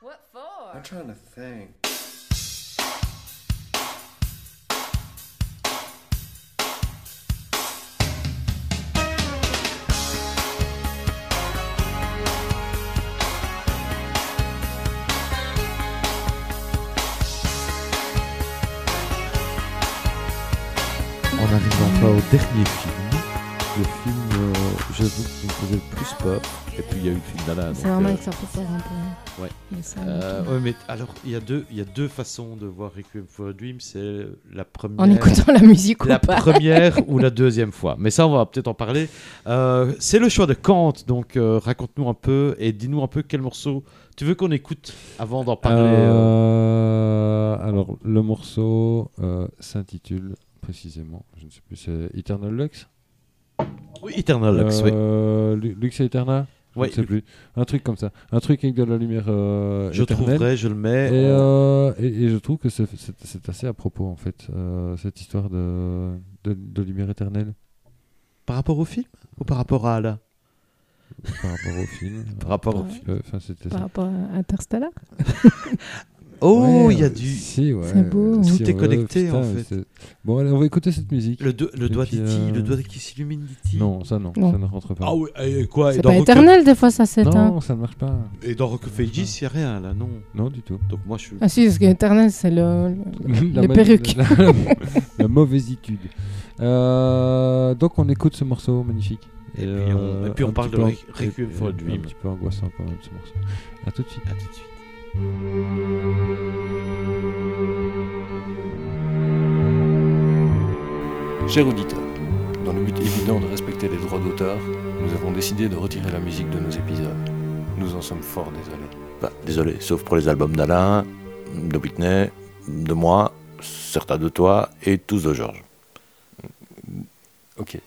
What for? I'm trying to think. On arrive enfin au dernier film. Le film, euh, j'avoue, qui me faisait le plus peur. Et puis il y a eu le finale. C'est normal que ça fait peur un peu. euh, ouais. Mais ça, Euh, ok. ouais, mais alors, il y, a deux- il y a deux façons de voir Requiem for a Dream. C'est la première. En écoutant la musique ou la pas. première ou la deuxième fois. Mais ça, on va peut-être en parler. Euh, c'est le choix de Kant, donc euh, raconte-nous un peu et dis-nous un peu quel morceau tu veux qu'on écoute avant d'en parler. euh. Euh, Alors, le morceau euh, s'intitule précisément, je ne sais plus, c'est Eternal Lux Oui, Eternal Lux, oui. Euh, Lu- Lux et Eterna Je Oui. ne sais plus. Un truc comme ça. Un truc avec de la lumière euh, Je éternelle. trouverai, je le Et, mets. euh, et- et je trouve que c'est- c'est c'est assez à propos, en fait, euh, cette histoire de, de, de lumière éternelle Par rapport au film ou par rapport à la par rapport au film. Par rapport au Ouais. film. Euh, Enfin, c'était Par ça. rapport à Interstellar. Ah, Oh, Ouais, il y a euh, du. Si, ouais, C'est beau, euh, hein. si, Tout est ouais, connecté, en mais fait. c'est- Bon, allez, on va écouter cette musique. Le, do- le Et doigt puis, d'Iti, euh, le doigt qui s'illumine d'Iti. Non, ça non, Non. ça ne rentre pas. Ah oui, et quoi et C'est dans pas Rock- éternel, des fois, ça s'éteint. non, ça ne marche pas. Et dans Rock of Ages, il n'y a rien là, non. Non, du tout. Donc moi, je suis. Ah si, parce que éternel, c'est le. la Les ma- perruques. La, la mauvaisitude. Euh, donc on écoute ce morceau magnifique. Euh, Et euh, puis on- et puis on un parle petit de peu- Re- Requiem for a et- et Dream. Un petit peu angoissant quand même ce morceau. À tout de suite. À tout de suite. Chers auditeurs, dans le but évident de respecter les droits d'auteur, nous avons décidé de retirer la musique de nos épisodes. Nous en sommes fort désolés. Bah, désolé, sauf pour les albums d'Alain, de Whitney, de moi, certains de toi et tous de Georges. Ok.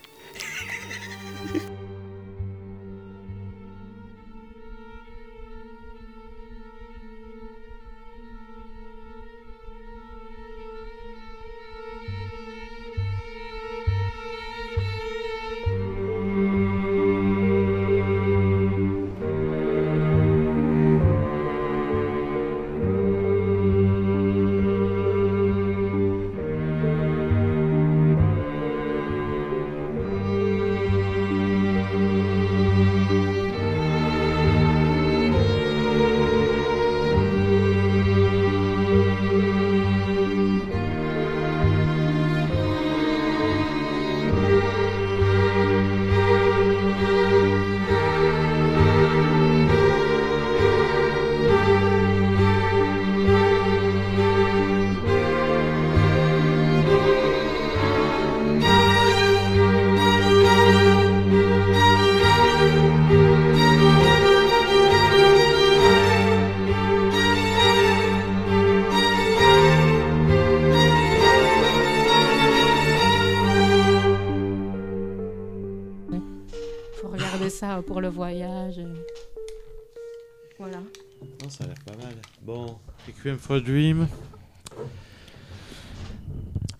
Faut regarder ça pour le voyage. Voilà. Non, ça a l'air pas mal. Bon, Requiem for a Dream.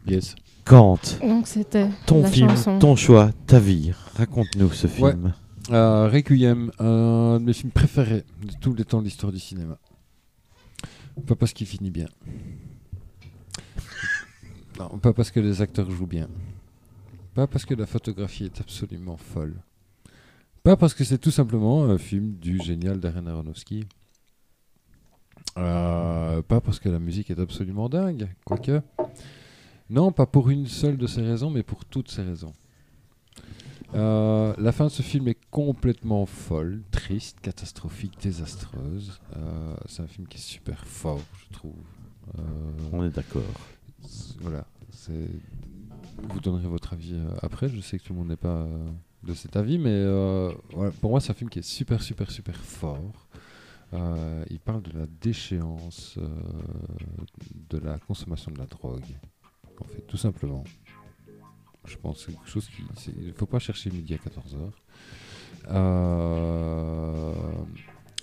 Yes. Kant, Donc c'était ton la film, chanson. ton choix, ta vie. Raconte-nous ce film. Euh, Requiem, un de mes films préférés de tous les temps de l'histoire du cinéma. Pas parce qu'il finit bien. Non, pas parce que les acteurs jouent bien. Pas parce que la photographie est absolument folle. Pas parce que c'est tout simplement un film du génial Darren Aronofsky. Euh, pas parce que la musique est absolument dingue, quoique. Non, pas pour une seule de ces raisons, mais pour toutes ces raisons. Euh, la fin de ce film est complètement folle, triste, catastrophique, désastreuse. Euh, c'est un film qui est super fort, je trouve. Euh, On est d'accord. c'est- voilà, c'est. Vous donnerez votre avis euh, après. Je sais que tout le monde n'est pas euh, de cet avis, mais euh, voilà, pour moi, c'est un film qui est super, super, super fort. Euh, il parle de la déchéance euh, de la consommation de la drogue, en fait, tout simplement. Je pense que c'est quelque chose qui. c'est- Il ne faut pas chercher midi à 14h. Euh,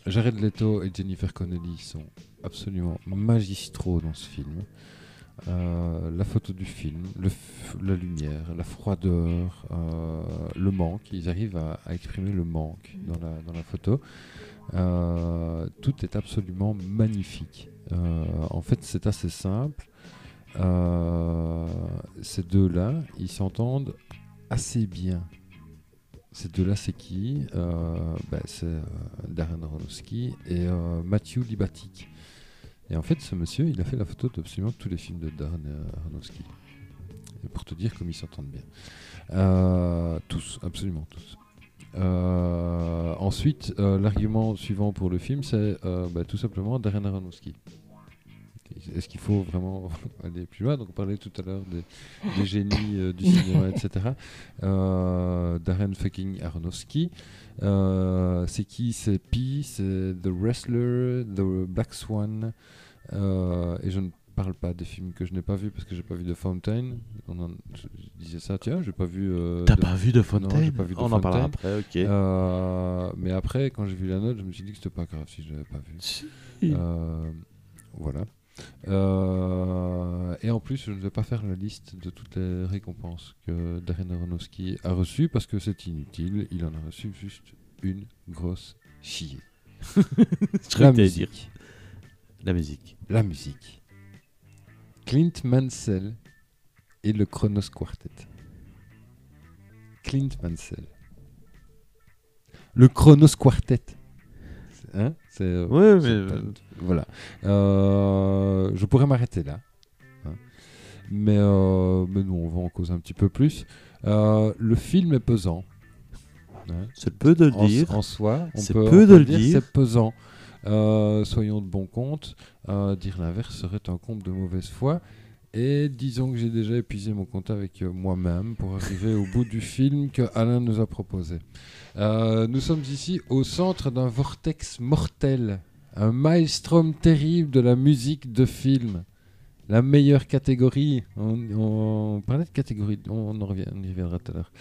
Jared Leto et Jennifer Connelly sont absolument magistraux dans ce film. Euh, la photo du film, le f- la lumière, la froideur, euh, le manque. Ils arrivent à, à exprimer le manque dans la, dans la photo. Euh, tout est absolument magnifique. Euh, en fait, c'est assez simple. Euh, ces deux-là, ils s'entendent assez bien. Ces deux-là, c'est qui Euh, ben, C'est euh, Darren Aronofsky et euh, Matthew Libatic. Et en fait, ce monsieur, il a fait la photo d'absolument tous les films de Darren Aronofsky. Et pour te dire comme ils s'entendent bien. Euh, tous, absolument tous. Euh, ensuite, euh, l'argument suivant pour le film, c'est euh, bah, tout simplement Darren Aronofsky. Est-ce qu'il faut vraiment aller plus loin Donc, on parlait tout à l'heure des, des génies euh, du cinéma, etc. Euh, Darren fucking Aronofsky. Euh, c'est qui C'est Pi, c'est The Wrestler, The Black Swan. Euh, et je ne parle pas des films que je n'ai pas vus parce que j'ai pas vu The Fountain. On en- je, je disais ça, tiens, j'ai pas vu. euh, T'as The- pas vu de Non, j'ai Fontaine pas vu de On en parlera Fontaine. après, ok. Euh, mais après, quand j'ai vu la note, je me suis dit que c'était pas grave si je l'avais pas vu. Euh, voilà. Euh, et en plus, je ne vais pas faire la liste de toutes les récompenses que Darren Aronofsky a reçues parce que c'est inutile. Il en a reçu juste une grosse chier. Je croyais que t'allais dire la musique. La musique. Clint Mansell et le Chronos Quartet. Clint Mansell. Le Chronos Quartet. C'est- Hein C'est. euh, Ouais, c'est mais- pas- Voilà. Euh, je pourrais m'arrêter là. hein. Mais, euh, mais nous, on va en causer un petit peu plus. Euh, le film est pesant. Hein C'est peu de en, le dire. en soi, on C'est peut, peu on de peut le dire. C'est pesant. Euh, soyons de bon compte. Euh, dire l'inverse serait un comble de mauvaise foi. Et disons que j'ai déjà épuisé mon compte avec euh, moi-même pour arriver au bout du film que Alain nous a proposé. Euh, nous sommes ici au centre d'un vortex mortel, un maelstrom terrible de la musique de film. La meilleure catégorie, on, on parlait de catégorie, on, en revient- on y reviendra tout à l'heure.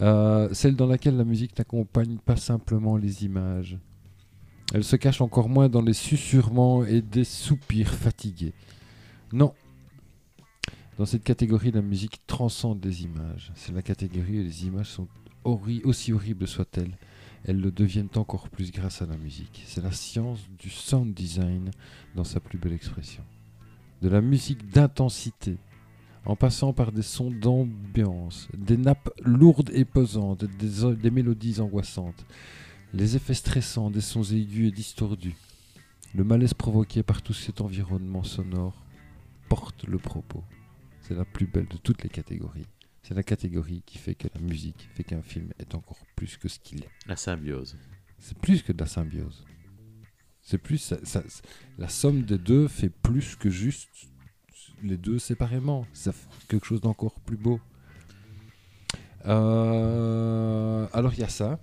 Euh, celle dans laquelle la musique n'accompagne pas simplement les images. Elle se cache encore moins dans les susurrements et des soupirs fatigués. Non. Dans cette catégorie, la musique transcende les images. C'est la catégorie où les images sont horri- aussi horribles soient-elles. Elles le deviennent encore plus grâce à la musique. C'est la science du sound design dans sa plus belle expression. De la musique d'intensité, en passant par des sons d'ambiance, des nappes lourdes et pesantes, des, des mélodies angoissantes, les effets stressants, des sons aigus et distordus. Le malaise provoqué par tout cet environnement sonore porte le propos. C'est la plus belle de toutes les catégories. C'est la catégorie qui fait que la musique fait qu'un film est encore plus que ce qu'il est. La symbiose. C'est plus que de la symbiose. C'est plus ça- ça- c'est- la somme des deux fait plus que juste les deux séparément. Ça fait quelque chose d'encore plus beau. Euh, alors il y a ça,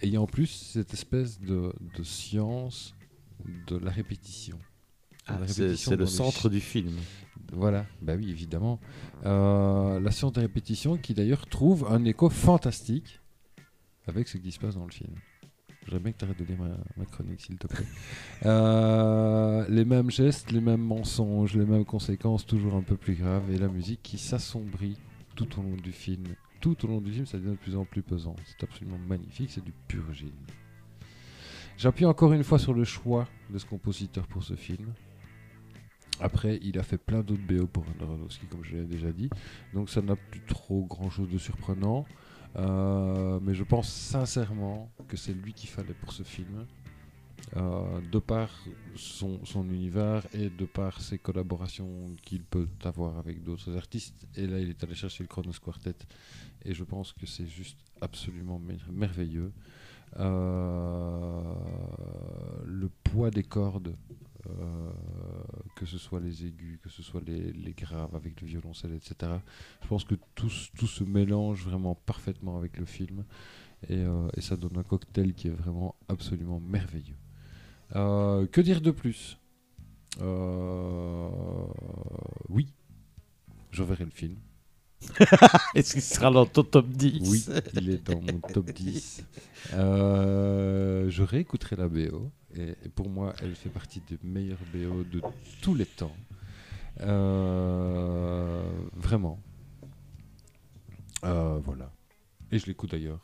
et il y a en plus cette espèce de, de science de la répétition. Ah, La c'est répétition c'est dans le les centre du film. Voilà, bah oui, évidemment. Euh, la science des répétitions qui d'ailleurs trouve un écho fantastique avec ce qui se passe dans le film. J'aimerais bien que tu arrêtes de lire ma, ma chronique, s'il te plaît. Euh, les mêmes gestes, les mêmes mensonges, les mêmes conséquences, toujours un peu plus graves, et la musique qui s'assombrit tout au long du film. Tout au long du film, ça devient de plus en plus pesant. C'est absolument magnifique, c'est du pur génie. J'appuie encore une fois sur le choix de ce compositeur pour ce film. Après, il a fait plein d'autres BO pour Aronofsky, comme je l'ai déjà dit. Donc ça n'a plus trop grand-chose de surprenant. Euh, mais je pense sincèrement que c'est lui qu'il fallait pour ce film. Euh, de par son, son univers et de par ses collaborations qu'il peut avoir avec d'autres artistes. Et là, il est allé chercher le Chronos Quartet. Et je pense que c'est juste absolument mer- merveilleux. Euh, le poids des cordes euh, que ce soit les aigus, que ce soit les, les graves avec le violoncelle, etc. Je pense que tout, s- tout se mélange vraiment parfaitement avec le film et, euh, et ça donne un cocktail qui est vraiment absolument merveilleux. Euh, que dire de plus Euh, Oui, je verrai le film. Est-ce qu'il sera dans ton top 10 Oui, il est dans mon top 10. Euh, je réécouterai la BO. Et, et pour moi, elle fait partie des meilleures BO de tous les temps. Euh, Ah, vraiment. Euh, voilà. Et je l'écoute d'ailleurs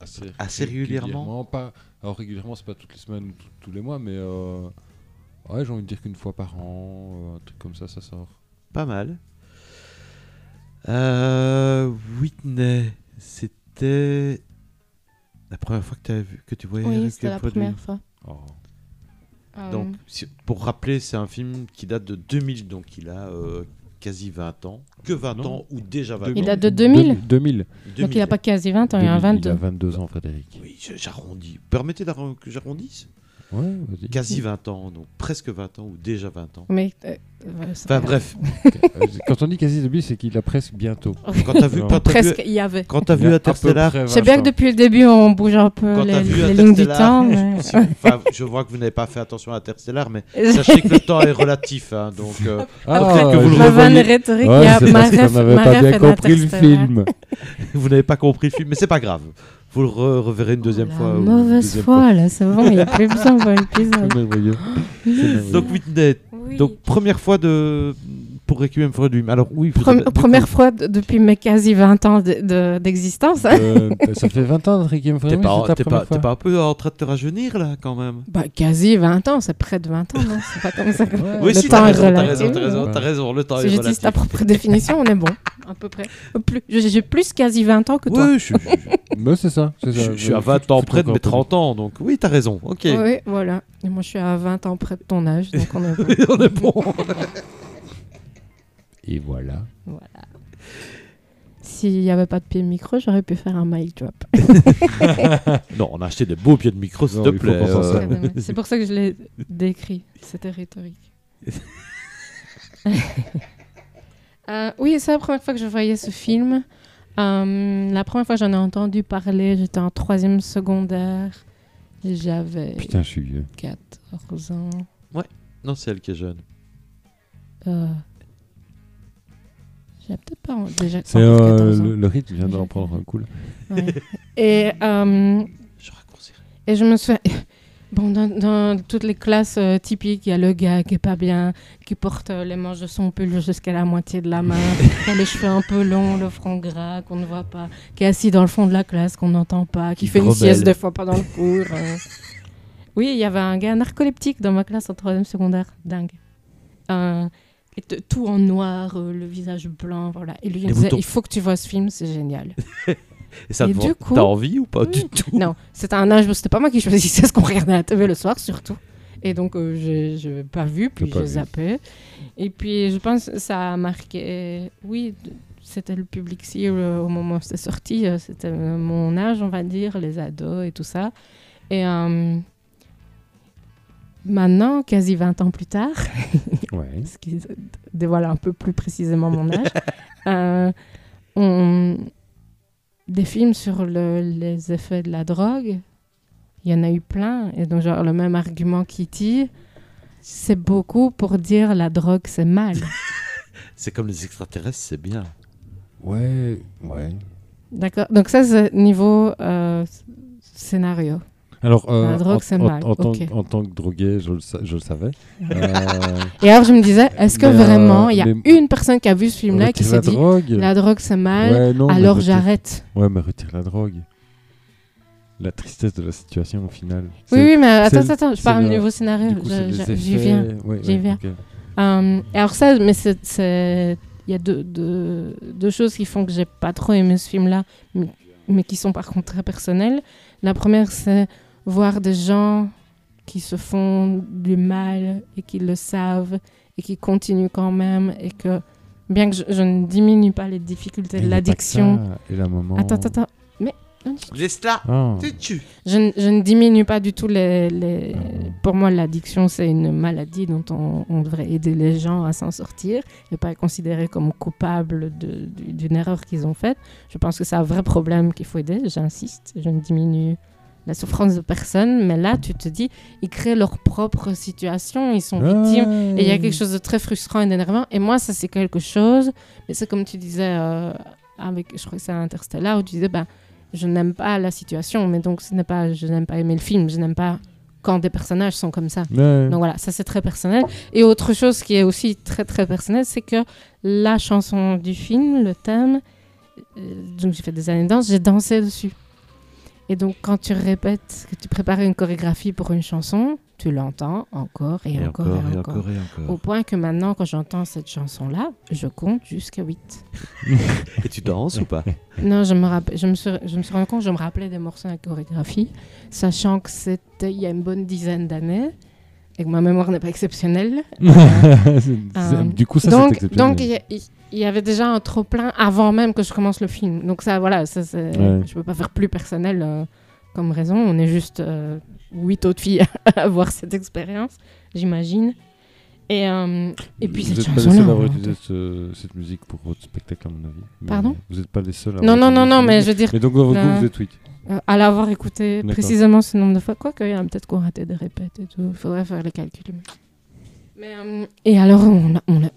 assez, Assez régulièrement. Pas, alors régulièrement, c'est pas toutes les semaines ou tout- tous les mois, mais euh, ouais, j'ai envie de dire qu'une fois par an, euh, un truc comme ça, ça sort. Pas mal. Euh, Whitney, c'était la première fois que, t'avais vu, que tu voyais Oui, Eric c'était la Produit. première fois. Oh. Euh, Donc, si- pour rappeler, c'est un film qui date de 2000, donc il a euh, quasi 20 ans. Que 20 Non. ans ou déjà 20 il ans. date de 2000 2000. Donc il n'a 2000. pas quasi 20 ans, il 2000, a il 22. a 22 ans, Frédéric. Oui, je- j'arrondis. Permettez d'arron- que j'arrondisse Ouais, vas-y. Quasi 20 ans, donc presque 20 ans ou déjà 20 ans. Mais. euh, euh, c'est pas Enfin grave. bref, Euh, Quand on dit quasi 2000, c'est qu'il a presque bientôt. quand t'as vu, Non. quand t'as vu, Presque, il y avait. quand t'as Il vu a à peu Interstellar, près C'est bien 20 que depuis le début, on bouge un peu quand t'as les, vu les lignes du Interstellar, temps. mais- si- enfin, je vois que vous n'avez pas fait attention à Interstellar, mais sachez que le temps est relatif, hein, donc euh, Ah, que vous le je- Ma vanne revoyez. rhétorique, il y Ouais, a c'est ma parce qu'on ref- n'avait ma pas ref bien est compris le interstellaire. film. vous n'avez pas compris le film, mais c'est pas grave. Vous le re- reverrez une deuxième La fois. ou une mauvaise deuxième foi, là, c'est bon, il n'y a plus besoin de voir une C'est piscine. merveilleux. C'est merveilleux. Euh, Donc Whitney, donc première fois de pour Requiem for a Dream. Alors oui, vous avez- Premi- première fois de- depuis mes quasi 20 ans de- de- d'existence. hein. Euh, ça fait 20 ans, Ricky M. T'es Frédéric, pas, c'est ta t'es pas- première t'es fois. pas un peu en train de te rajeunir là quand même Bah, quasi 20 ans, c'est près de 20 ans, non C'est pas comme ça que. Ouais. Oui, Euh, Le si, temps t'as est raison, t'as relatif. raison, t'as raison, t'as raison, le temps Si est j'utilise relatif. ta propre définition, on est bon, à peu près. Plus- je- J'ai plus quasi 20 ans que toi. Oui, je, suis- Mais Bah, c'est ça. c'est je- ça. je suis à 20 ans près de mes 30 ans, donc oui, t'as raison, ok. Oui, voilà. Et moi, je suis à 20 ans près de ton âge, donc on est bon. On est bon. Et voilà. S'il n'y avait pas de pied de micro, j'aurais pu faire un mic drop. Non, on a acheté des beaux pieds de micro, s'il Non, te il faut plaît. euh, qu'on s'en sorte. C'est pour ça que je l'ai décrit. C'était rhétorique. Euh, oui, c'est la première fois que je voyais ce film. Euh, la première fois que j'en ai entendu parler, j'étais en troisième secondaire. J'avais Putain, je suis vieux. 14 ans. Non, c'est elle qui est jeune. Euh, J'avais peut-être pas en- déjà C'est encore euh, 14 ans. le, le rythme vient d'en prendre un coup. là. Ouais. Et euh, Je raccourcirai. Et je me souviens. Bon, dans, dans toutes les classes euh, typiques, il y a le gars qui est pas bien, qui porte euh, les manches de son pull jusqu'à la moitié de la main, qui a les cheveux un peu longs, le front gras, qu'on ne voit pas, qui est assis dans le fond de la classe, qu'on n'entend pas, qui Qui fait une rebelle. sieste des fois pendant le cours. euh. Oui, il y avait un gars narcoleptique dans ma classe en troisième secondaire, dingue. Euh, et t- tout en noir, euh, le visage blanc, voilà. Et lui, il Les me disait, boutons. il faut que tu vois ce film, c'est génial. Et ça, Et te du va- coup- t'as envie ou pas du tout Hmm. Non, c'était un âge où c'était pas moi qui choisissais ce qu'on regardait à la TV le soir, surtout. Et donc, euh, j'ai- je n'ai pas vu, puis T'as pas j'ai vu. zappé. Et puis, je pense que ça a marqué. Oui, de- c'était le public cible euh, au moment où c'était sorti. euh, C'était euh, mon âge, on va dire, les ados et tout ça. Et euh, maintenant, quasi 20 ans plus tard, Ouais. ce qui dévoile un peu plus précisément mon âge, euh, on- des films sur le- les effets de la drogue, il y en a eu plein, et donc genre le même argument Kitty, c'est beaucoup pour dire la drogue c'est mal. C'est comme les extraterrestres, c'est bien. Ouais. Ouais. D'accord Donc ça c'est niveau euh, sc- scénario. Alors, euh, La drogue, en- c'est en, mal, en tant, ok. en tant que drogué, je le, sa- je le savais. Euh, Et alors je me disais, est-ce que Mais, euh, vraiment il y a mais- une personne qui a vu ce film-là et qui retire s'est Euh, la dit drogue. la drogue c'est mal, Ouais, non, mais alors retire- j'arrête Ouais, mais retire la drogue. La tristesse de la situation au final. Oui, C'est- oui, mais attends, c'est- attends, attends, je c'est parle le- au niveau scénario, Du coup, je- c'est je- des j'y effets- viens. ouais, j'y ouais, viens. ok. Euh, alors ça, mais c'est- c'est il y a deux, deux, deux choses qui font que j'ai pas trop aimé ce film-là, mais, mais qui sont par contre très personnelles. La première, c'est voir des gens qui se font du mal et qui le savent et qui continuent quand même et que bien que je, je ne diminue pas les difficultés Et il y de a pas que l'addiction. ça, Et la maman. Attends, attends, attends. Mais non, tu- Laisse-la Ah. tu tues je, ne- je ne diminue pas du tout les. les- Mhm. Pour moi, l'addiction, c'est une maladie dont on, on devrait aider les gens à s'en sortir et pas être considérés comme coupables de- du- d'une erreur qu'ils ont faite. Je pense que c'est un vrai problème qu'il faut aider, j'insiste. Je ne diminue la souffrance de personne, mais là, tu te dis, ils créent leur propre situation, ils sont victimes. Et il y a Hmm. quelque chose de très frustrant et d'énervant. Et moi, ça, c'est quelque chose. Mais c'est comme tu disais, euh, avec, je crois que c'est à Interstellar, où tu disais, bah, je n'aime pas la situation. Mais donc, ce n'est pas, je n'aime pas aimer le film. Je n'aime pas quand des personnages sont comme Hmm. ça. Ouais. Donc voilà, ça, c'est très personnel. Et autre chose qui est aussi très, très personnelle, c'est que la chanson du film, le thème, euh, donc j'ai fait des années de danse, j'ai dansé dessus. Et donc, quand tu répètes, que tu prépares une chorégraphie pour une chanson, tu l'entends encore et, Et encore, et encore et Au encore. point que maintenant, quand j'entends cette chanson-là, je compte jusqu'à 8. Oh. Et tu danses ou pas Non, je me, rappelle, je, me suis, je me suis rendu compte, je me rappelais des morceaux à chorégraphie, sachant que c'était il y a une bonne dizaine d'années et que ma mémoire n'est pas exceptionnelle. C'est- c'est- Euh, du coup, ça, c'est donc, exceptionnel. donc, il y, a- il- il y avait déjà un trop plein avant même que je commence le film. Donc ça, voilà, ça, c'est- Ouais. je peux pas faire plus personnel euh, comme raison. On est juste euh, huit autres filles à avoir cette expérience, j'imagine. Et, euh, et puis vous cette n'êtes pas les chanson-là. seuls à avoir on utilisé ce- cette musique pour votre spectacle, à mon avis. Mais Pardon Vous n'êtes pas les seuls à l'entend. Non, non, avoir non, utilisé non, cette mais musique. je veux dire, Mais donc, dans votre Là. groupe, vous êtes 8. euh, à l'avoir écouté D'accord. précisément ce nombre de fois, quoique il y a peut-être qu'on ratait des répètes et tout, il faudrait faire les calculs. Mais, euh, et alors, on a, on a-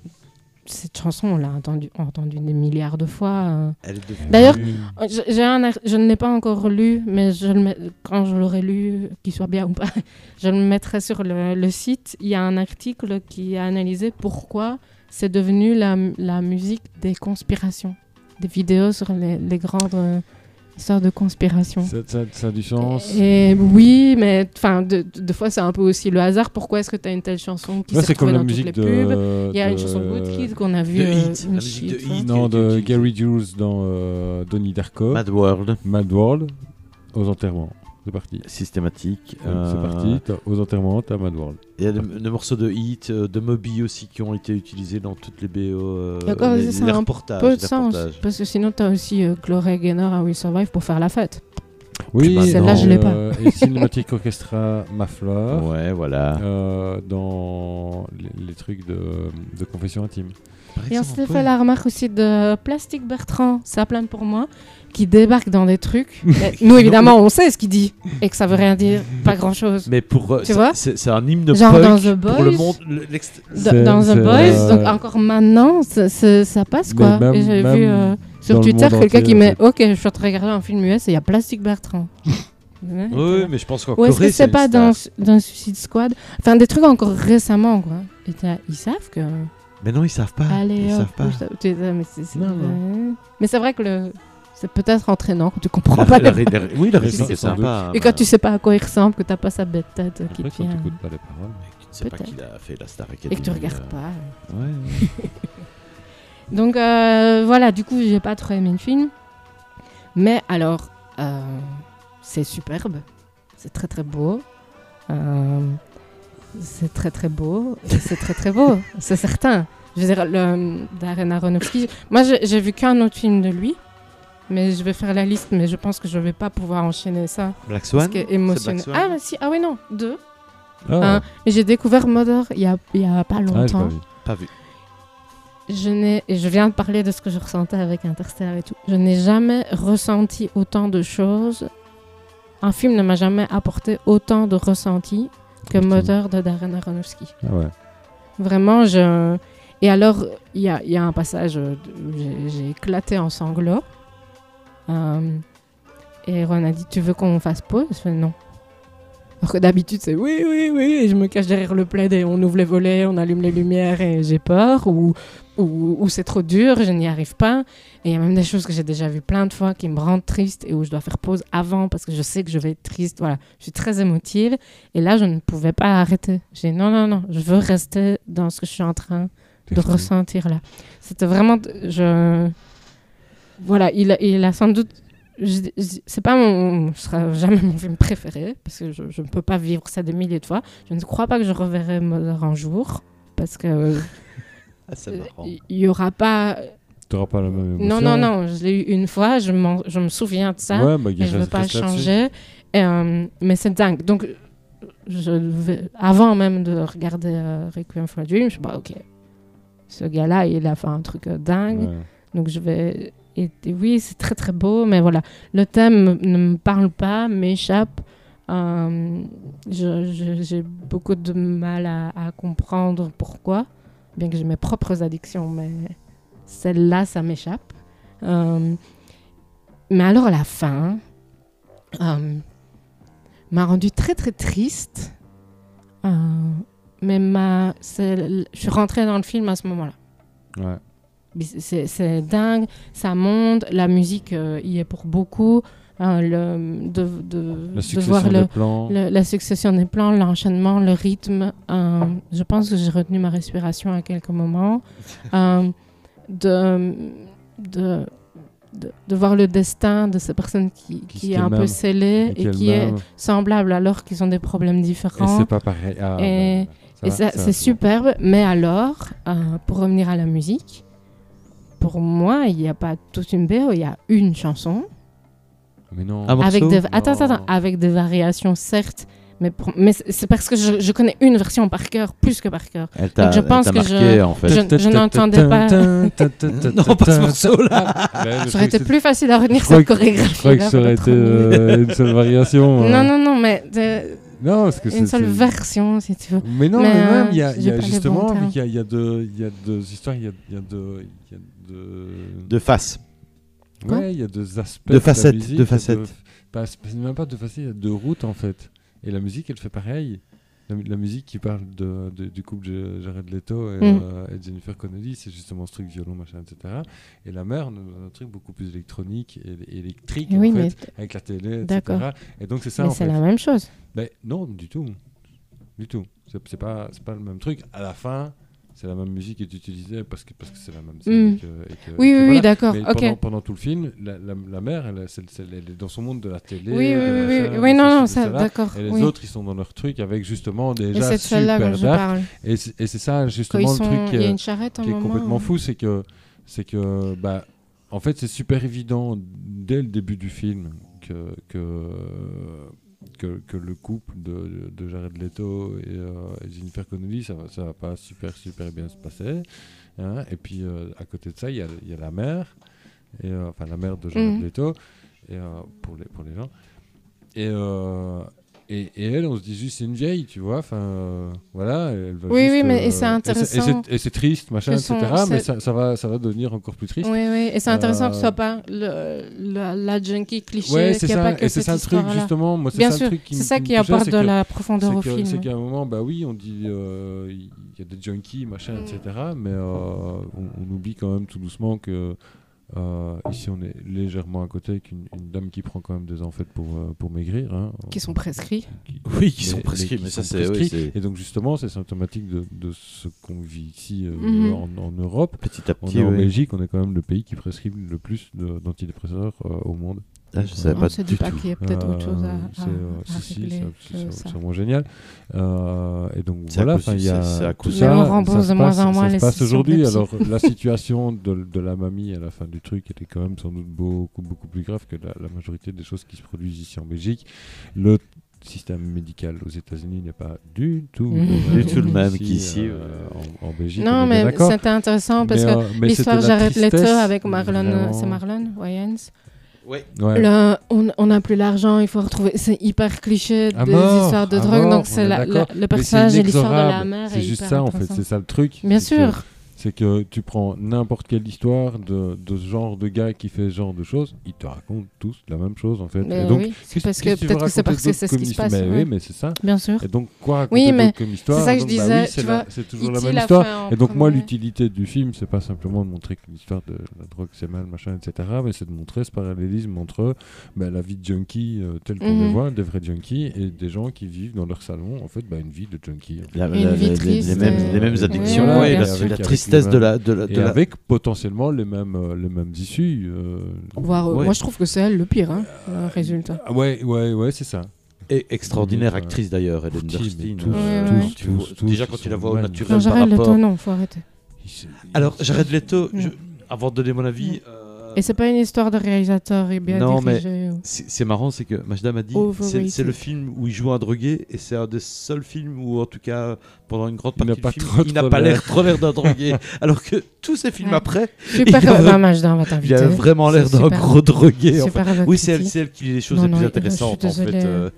cette chanson, on l'a entendue entendu des milliards de fois. euh, Elle est devenue- D'ailleurs, je, j'ai un ar- je ne l'ai pas encore lu, mais je le mets- quand je l'aurai lu, qu'il soit bien ou pas, je le mettrai sur le, le site. Il y a un article qui a analysé pourquoi c'est devenu la, la musique des conspirations, des vidéos sur les, les grandes euh, histoires de conspiration. Ça, ça- ça a du sens. Et oui, mais enfin, de- de- des fois c'est un peu aussi le hasard. Pourquoi est-ce que tu as une telle chanson qui Là, s'est c'est comme retrouvée la dans toutes musique les pubs de. Il y a une de- chanson Good Kid qu'on a vue. de euh, Hit, la musique une de shit fois. Hit. Non, qui- qui- de qui- Gary Jules dans euh, Donnie Darko. Mad, Mad World, World aux enterrements. C'est parti. systématique. C'est euh, Eh parti. t'as- Aux enterrements, t'as Mad World. Il y a des, des morceaux de Hit, euh, de Moby aussi qui ont été utilisés dans toutes les BO. euh, D'accord, les, ça a les un reportages. peu de les sens. reportages. Parce que sinon, t'as aussi euh, Gloria Gaynor à We Survive pour faire la fête. Oui, bah, Celle-là, dans, je l'ai pas. euh, et Cinematic Orchestra, Ma Fleur. Ouais, voilà. euh, dans les, les trucs de, de confession intime. Par Et on exemple, s'est ouais. fait la remarque aussi de Plastic Bertrand, ça plainte pour moi, qui débarque dans des trucs. Mais nous, évidemment, on sait ce qu'il dit et que ça veut rien dire, pas grand chose. Mais pour. euh, Tu c'est- vois C'est c'est un hymne Genre punk dans The pour le Boys. monde. le- l'ex- C'est- dans The c'est, Boys, euh, donc encore maintenant, ça, ça- ça passe Mais quoi. même- Et J'ai même vu euh, dans sur le Twitter monde quelqu'un entier, qui en met Ok, je suis en train de regarder un film US et il y a Plastic Bertrand. Ouais, Oui, t'es là. oui, mais je pense qu'en Ou est-ce Corée, que c'est une pas star. dans, dans Suicide Squad Enfin, des trucs encore récemment, quoi. Et t'as- ils savent que. Mais non, ils savent Ah, pas. Allez, ils hop, savent pas. je tape- tu es là, mais c'est, c'est- Non, Mais c'est vrai que le... c'est peut-être entraînant quand tu comprends La- pas. la- les- la- la- oui, la rythmique sans- est sans sympa. hein, Et quand mais- tu sais pas à quoi il ressemble, que t'as pas sa bête tête euh, qui Après, te quand vient. t'écoutes pas les paroles. Tu ne sais pas Peut-être. qui a fait la Star Academy. Et que tu regardes pas. euh, ouais, ouais. Donc euh, voilà, du coup, j'ai pas trop aimé le film. Mais alors, euh, c'est superbe. C'est très très beau. Euh, c'est très très beau. Et C'est très très beau, c'est certain. Je veux dire, le, Darren Aronofsky. Moi, j'ai j'ai vu qu'un autre film de lui. Mais je vais faire la liste, mais je pense que je vais pas pouvoir enchaîner ça. Black Parce Swan que émotionnel. Swan Ah, bah si, ah oui, non, deux. Ah, Hein, Mais j'ai découvert Mother il y a, il y a pas ah, j'ai longtemps. pas vu. Pas vu. Je n'ai, et je viens de parler de ce que je ressentais avec Interstellar et tout. Je n'ai jamais ressenti autant de choses. Un film ne m'a jamais apporté autant de ressentis que Putain. Moteur de Darren Aronofsky. Ah ouais. Vraiment, je. Et alors, il y a, il y a un passage euh, où j'ai- j'ai éclaté en sanglots. Euh, et Ron a dit Tu veux qu'on fasse pause Je fais non. Alors que d'habitude, c'est oui, oui, oui. Et je me cache derrière le plaid et on ouvre les volets, on allume les lumières et j'ai peur. Ou, ou, ou c'est trop dur, je n'y arrive pas. Et il y a même des choses que j'ai déjà vues plein de fois qui me rendent triste et où je dois faire pause avant parce que je sais que je vais être triste. Voilà, je suis très émotive. Et là, je ne pouvais pas arrêter. J'ai dit non, non, non, je veux rester dans ce que je suis en train de ressentir là. C'était vraiment. Je... Voilà, il a, il a sans doute. je- je- C'est pas mon. Ce sera jamais mon film préféré, parce que je je ne peux pas vivre ça des milliers de fois. Je ne crois pas que je reverrai Mother un jour, parce que. euh, Ah, c'est marrant. Il il y aura pas. T'auras pas la même émotion. Non, non, non, je l'ai eu une fois, je, m'en- je me souviens de ça, Ouais, bah, et je ne veux pas le changer. Et, euh, mais c'est dingue. Donc, je vais- avant même de regarder euh, Requiem for a Dream, je me suis dit, ok, ce gars-là, il a fait un truc euh, dingue. Donc je vais. Et, et oui, c'est très très beau, mais voilà. Le thème ne me parle pas, m'échappe. Euh, je- je- J'ai beaucoup de mal à, à comprendre pourquoi, bien que j'ai mes propres addictions, mais celle-là, ça m'échappe. Euh, mais alors, la fin euh, m'a rendue très très triste. Euh, mais ma, c'est l- je suis rentrée dans le film à ce moment-là. Ouais. Ouais. Mais c'est- C'est c'est dingue, ça monte, la musique euh, y est pour beaucoup. Euh, hein, le, de, de- La de voir succession le, des plans. le- la succession des plans, l'enchaînement, le rythme. euh, je pense que j'ai retenu ma respiration à quelques moments. Euh, de, de, de, de voir le destin de ces personnes qui, Qui- qui, qui est un peu m'aiment. Et scellée et qu'elle qui est m'aime. semblable alors qu'ils ont des problèmes Et différents. c'est pas pareil. Ah, Et- bah, ça va, Et ça, ça va, c'est ça va. superbe. Mais alors, euh, pour revenir à la musique, pour moi, il n'y a pas toute une BO, il y a une chanson. Mais non. Ah bon. Avec morceau des... Attends, attends, attends, Non. avec des variations, certes, mais, pour- mais c'est c'est parce que je, je connais une version par cœur, plus que par cœur. Elle t'a Donc je elle pense t'a que marqué je- en fait. je- je n'entendais pas. non, pas ce Bah, morceau-là. Ça aurait été plus facile à retenir Je crois cette que- chorégraphie. Je crois que ça aurait été euh, une seule variation. Non, hein. non, non, mais de- Non, parce que c'est. une seule c'est- version, si tu veux. Mais non, Mais, mais même, euh, il y a, il y j'ai a pas les bons justement, termes. vu qu'il y a- il y, a deux- il y a deux histoires, il y a, il y a deux. il y a deux- De face. Quoi Ouais, il y a deux aspects. Deux la facettes, musique, deux il y a facettes. pas- c'est même pas deux facettes, il y a deux routes en fait. Et la musique, elle fait pareil. La, mu- la musique qui parle de, de- du couple de Jared Leto et, Mm. euh, et Jennifer Connelly, c'est justement ce truc violon, machin, etc. Et la mère, un truc beaucoup plus électronique et et électrique Oui, en mais- fait, avec la télé, etc. D'accord. Et donc c'est ça Mais en c'est fait. la même chose. Ben, non, du tout. Du tout. C'est c'est pas, c'est pas le même truc. À la fin, c'est la même musique qui est utilisée parce que parce que c'est la même scène. Mm. et que- et que- Euh, et Oui, que oui, oui, voilà. d'accord. Mais Ok. pendant, pendant tout le film, la, la, la mère, elle, c'est- c'est- elle est dans son monde de la télé. Oui, oui, de oui, machin, oui, de oui, ceci, non, de non, ça, cela. d'accord. Et les oui. autres, ils sont dans leur truc avec justement Et déjà c'est de celle-là super que je dark. parle. Et c'est et c'est ça Quand ils justement sont... le truc qui Il y a est, une charrette à un qui est moment. complètement fou, c'est que c'est que bah en fait c'est super évident dès le début du film que que que, que le couple de, de Jared Leto et, euh, et Jennifer Connelly, ça va, ça va pas super super bien se passer. hein. Et puis euh, à côté de ça, il y a, il y a la mère, et, euh, enfin la mère de Jared Mhm. Leto, et, euh, pour, les, pour les gens. Et, euh, et, et elle, on se dit juste c'est une vieille, tu vois. Enfin, euh, voilà. Elle va Oui, juste, oui, mais- et c'est euh, intéressant. et c'est- Et c'est triste, machin, Que etc. son- Mais c'est- ça, ça va, ça va devenir encore plus triste. Oui, oui, et c'est intéressant que Euh, ce soit pas le, la, la junkie cliché, Ouais, qu'il c'est n'y a ça. pas que Et c'est cette ça le truc histoire-là. justement. Moi, c'est Bien ça le sûr, truc qui c'est me- ça qui qui me touchait, apporte c'est de que- la profondeur au c'est que- C'est film. qu'à un moment, bah oui, on dit euh, il y a des junkies, machin, Mm. etc. Mais euh, on, on oublie quand même tout doucement que euh, ici on est légèrement à côté qu'une une dame qui prend quand même des amphètes pour euh, pour maigrir. hein. Qui sont prescrits. Ah, Qui- Oui, qui mais- sont mais prescrits, qui mais ça sont c'est oui, prescrits. c'est Et donc justement, c'est symptomatique de, de ce qu'on vit ici euh, Mhm. en, en Europe. petit à On petit. est en oui. Belgique, on est quand même le pays qui prescrit le plus de- d'antidépresseurs euh, au monde. Ah, je savais on pas se du dit Hein, pas tout. qu'il y a peut-être autre chose à, à, C'est, euh, si, à si, régler c'est- que c'est ça. absolument génial. Euh, et donc C'est à voilà, cause- enfin, il y a c'est- c'est à tout cause- ça. Mais on rembourse ça de se moins passe- en moins ça se les passe sessions de aujourd'hui. psy. Alors la situation de, de la mamie à la fin du truc, elle est quand même sans doute beaucoup beaucoup plus grave que la, la majorité des choses qui se produisent ici en Belgique. Le système médical aux États-Unis n'est pas du tout Mhm. le Du tout le même qu'ici, euh, en, en Belgique. on Non, est bien mais d'accord. c'était intéressant parce Mais, que euh, mais l'histoire c'était la j'arrête les tristesse, avec Marlon, euh, vraiment. c'est Marlon Wayans. Ouais. Le- on on n'a plus l'argent, il faut retrouver. C'est hyper cliché À des Ah mort, histoires de à drogue, mort, donc on est c'est la- la- d'accord. le Mais c'est personnage et l'histoire de la inexorable. mère. C'est est juste hyper ça en fait, intéressant. c'est ça le truc. Bien c'est que- sûr. C'est que tu prends n'importe quelle histoire de, de ce genre de gars qui fait ce genre de choses, ils te racontent tous la même chose en fait. Mais Et donc, Ben oui, c'est qu'est-ce- parce que qu'est-ce tu veux peut-être que c'est raconter parce que d'autre c'est ce comme qui se histoire passe. Mais oui, ouais. mais c'est ça. Bien sûr. Et donc quoi raconter Oui, mais d'autre comme histoire ça que je Donc, bah disais, oui, c'est tu la- vois, c'est toujours la E.T. même l'a histoire. fait en Et donc moi, premier. l'utilité du film, c'est pas simplement de montrer que l'histoire de la drogue c'est mal, machin, etc. Mais c'est de montrer ce parallélisme entre bah, la vie de junkie euh, telle qu'on les Mhm. voit, des vrais junkies, et des gens qui vivent dans leur salon en fait bah, une vie de junkie. en fait. La- la- Une la- vie les- les, triste, mêmes, euh, les mêmes ouais, addictions ouais, ouais, bien la, sûr. la tristesse de la, de la, de Et la- avec potentiellement les mêmes, euh, les mêmes issues. euh. Voire, euh, Ouais. Euh, Moi, je trouve que c'est elle le pire, hein, le résultat. Ah ouais, ouais, ouais, c'est ça. et extraordinaire Ouais. actrice d'ailleurs, Ellen Putain, mais Burstyn. hein. tous, euh, tous, tu vois- tous, tous, Déjà ils quand sont tu la vois au mal. Non, naturel par j'arrête le rapport. ton, non, faut arrêter. Il se- il- Alors j'arrête Leto, Ouais. je- avant de donner mon avis. euh, Mm. Et c'est pas une histoire de réalisateur et bien Non, mais- dirigé. ou- C'est c'est marrant, c'est que Majda m'a dit, c'est- Overrated. c'est le film où il joue un drogué, et c'est un des seuls films où, en tout cas, pendant une grande Il n'a partie pas du film, trop, il n'a trop pas l'air. l'air trop l'air d'un drogué, alors que tous ces films Ouais. après, Super Il a Eva vra- Majda, on va il t'inviter. a vraiment l'air C'est d'un super. gros drogué. en fait. Super Eva Oui, c'est elle, Criti. c'est elle qui dit les choses Non, les plus non, je- je suis intéressantes, en fait. désolée. euh.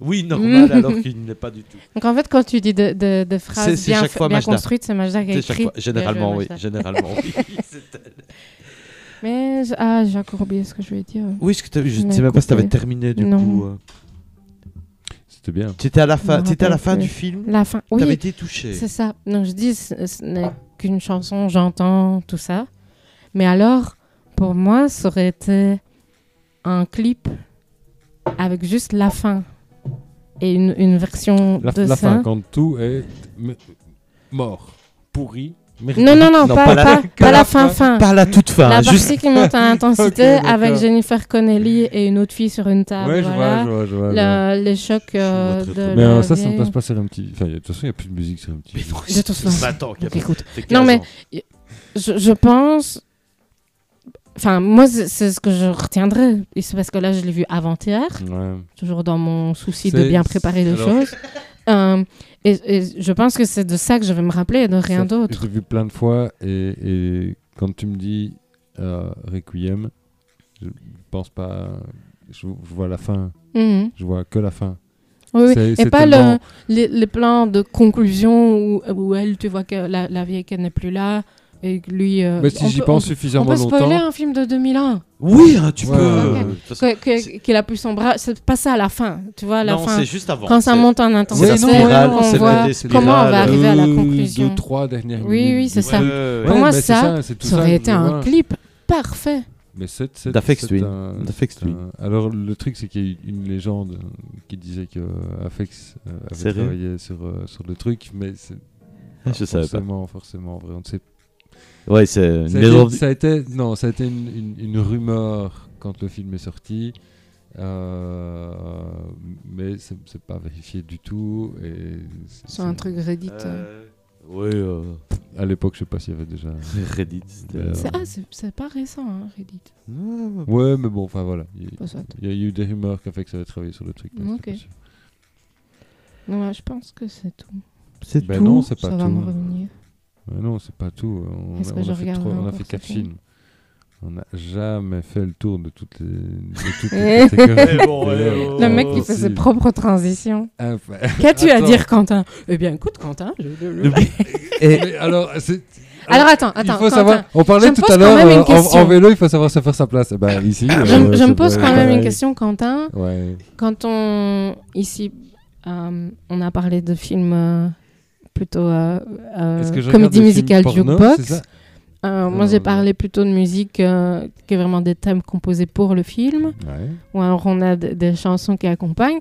Oui, normal, Mm. alors qu'il ne l'est pas du tout. Donc en fait, quand tu dis des de, des phrases C'est- c'est bien, chaque fois bien Majda. construites, c'est Majda qui a C'est écrit. chaque fois. Bien Généralement, joué, oui. Majda. Généralement, oui. C'est elle. Mais je- ah, j'ai encore oublié ce que je voulais dire. Oui, ce que t'as- je ne Mais sais même pas si t'avais écoutez, terminé, du non. coup. euh. C'était bien. Tu étais à la Je fin, me tu étais à la rappelle fin plus. du film, La fin. t'avais Oui, été touché. c'est ça. Donc je dis, ce, ce n'est qu'une chanson, j'entends tout ça. Mais alors, pour moi, ça aurait été un clip avec juste la fin et une, une version La, de la ça. fin, quand tout est m- mort, pourri, merde. Non, non, non, Non, pas, pas pas, la- pas la la fin fin. Par la toute fin, la hein, partie juste qui monte à intensité Ok, d'accord. avec Jennifer Connelly et une autre fille sur une table. Ouais, je vois, voilà. je vois, je vois. je vois. Le- les chocs euh, Je suis de. pas très Mais la euh, ça, ça ne vieille- passe pas sur un petit. Enfin, y a- de toute façon, il n'y a plus de musique sur un petit. De toute façon. Bah, attends, Donc, Gabriel, écoute, t'es Non, 15 mais- ans. je, je pense. Enfin, moi, c'est c'est ce que je retiendrai. Et C'est parce que là, je l'ai vu avant-hier, Ouais. toujours dans mon souci de C'est- bien préparer les alors- choses. Euh, et, et je pense que c'est de ça que je vais me rappeler et de rien Ça, d'autre. Je l'ai vu plein de fois et, et quand tu me dis euh, Requiem, je pense pas. Je, je vois la fin, Mhm. je vois que la fin. Oui, oui. C'est- Et c'est pas le, tellement- les, les plans de conclusion où, où elle, tu vois que la, la vieille qu'elle n'est plus là et que lui. euh, Mais si on j'y peut- pense on- On suffisamment peut spoiler longtemps. un film de 2001 Oui, hein, tu Ouais, peux. ouais, ouais. De toute façon, que- que- qu'il a pu son bras. C'est pas ça à la fin, tu vois, à la non, fin. c'est juste avant. Quand ça C'est- monte en intensité, la spirale, on c'est le voit côté comment on va spirale. arriver à la Deux- conclusion. Deux, trois dernières hein. Oui, minutes oui, du c'est film. Ouais, ça. ouais, ouais. Ouais, Pour moi, mais c'est ça, c'est tout ça aurait que été je un vois. clip parfait. Mais c'est, c'est, D'Afex c'est Twin. un- D'Afex c'est un- Twin. Alors, le truc, c'est qu'il y a eu une légende euh, qui disait que euh, Afex euh, avait Sérieux travaillé sur, euh, sur le truc, mais c'est Ah, pas Je savais pas. forcément, forcément vrai. On ne sait Ouais, c'est euh, une Ça a, maison- été, ça a été- non, ça a été une, une- une rumeur quand le film est sorti, euh, mais c'est c'est pas vérifié du tout. et c'est- C'est un c'est- truc Reddit. Euh, Oui, euh, À l'époque, je sais pas s'il y avait déjà. Reddit. c'était- Mais, euh, C'est- ah, c'est- c'est pas récent, hein, Reddit. Ah, Ouais, mais bon, enfin voilà. Il Pas ça. il y, a eu des rumeurs qui ont fait que ça avait travaillé sur le truc. mais Ok. c'était pas sûr. Non, ouais, je pense que c'est tout. C'est Ben tout. non, c'est Ça pas va me tout. revenir. Mais Euh, non, c'est pas tout. On, Est-ce a- que on je a fait regarderai trois- on a encore fait ce quatre film films. On n'a jamais fait le tour de toutes les, de toutes les catégories. Eh bon, eh bon. Le mec qui Oh, fait si. ses propres transitions. Ah, bah, Qu'as-tu à Attends. dire, Quentin Eh bien, écoute, Quentin. je- mais alors, c'est Alors, attends, Il attends. faut Quentin, savoir. On parlait je me tout pose à quand l'heure même une euh, en, question. en vélo, il faut savoir se faire sa place. Eh Ben ici. Je, euh, je c'est me pose pas- quand c'est même une pareil. question, Quentin. Ouais. Quand on. Ici, euh, on a parlé de films euh, plutôt euh, euh, Est-ce que je regarde comédie des musicale films porno, c'est jukebox. ça Euh, moi, Non, j'ai non. parlé plutôt de musique euh, qui est vraiment des thèmes composés pour le film, Ouais. ou alors on a d- des chansons qui accompagnent.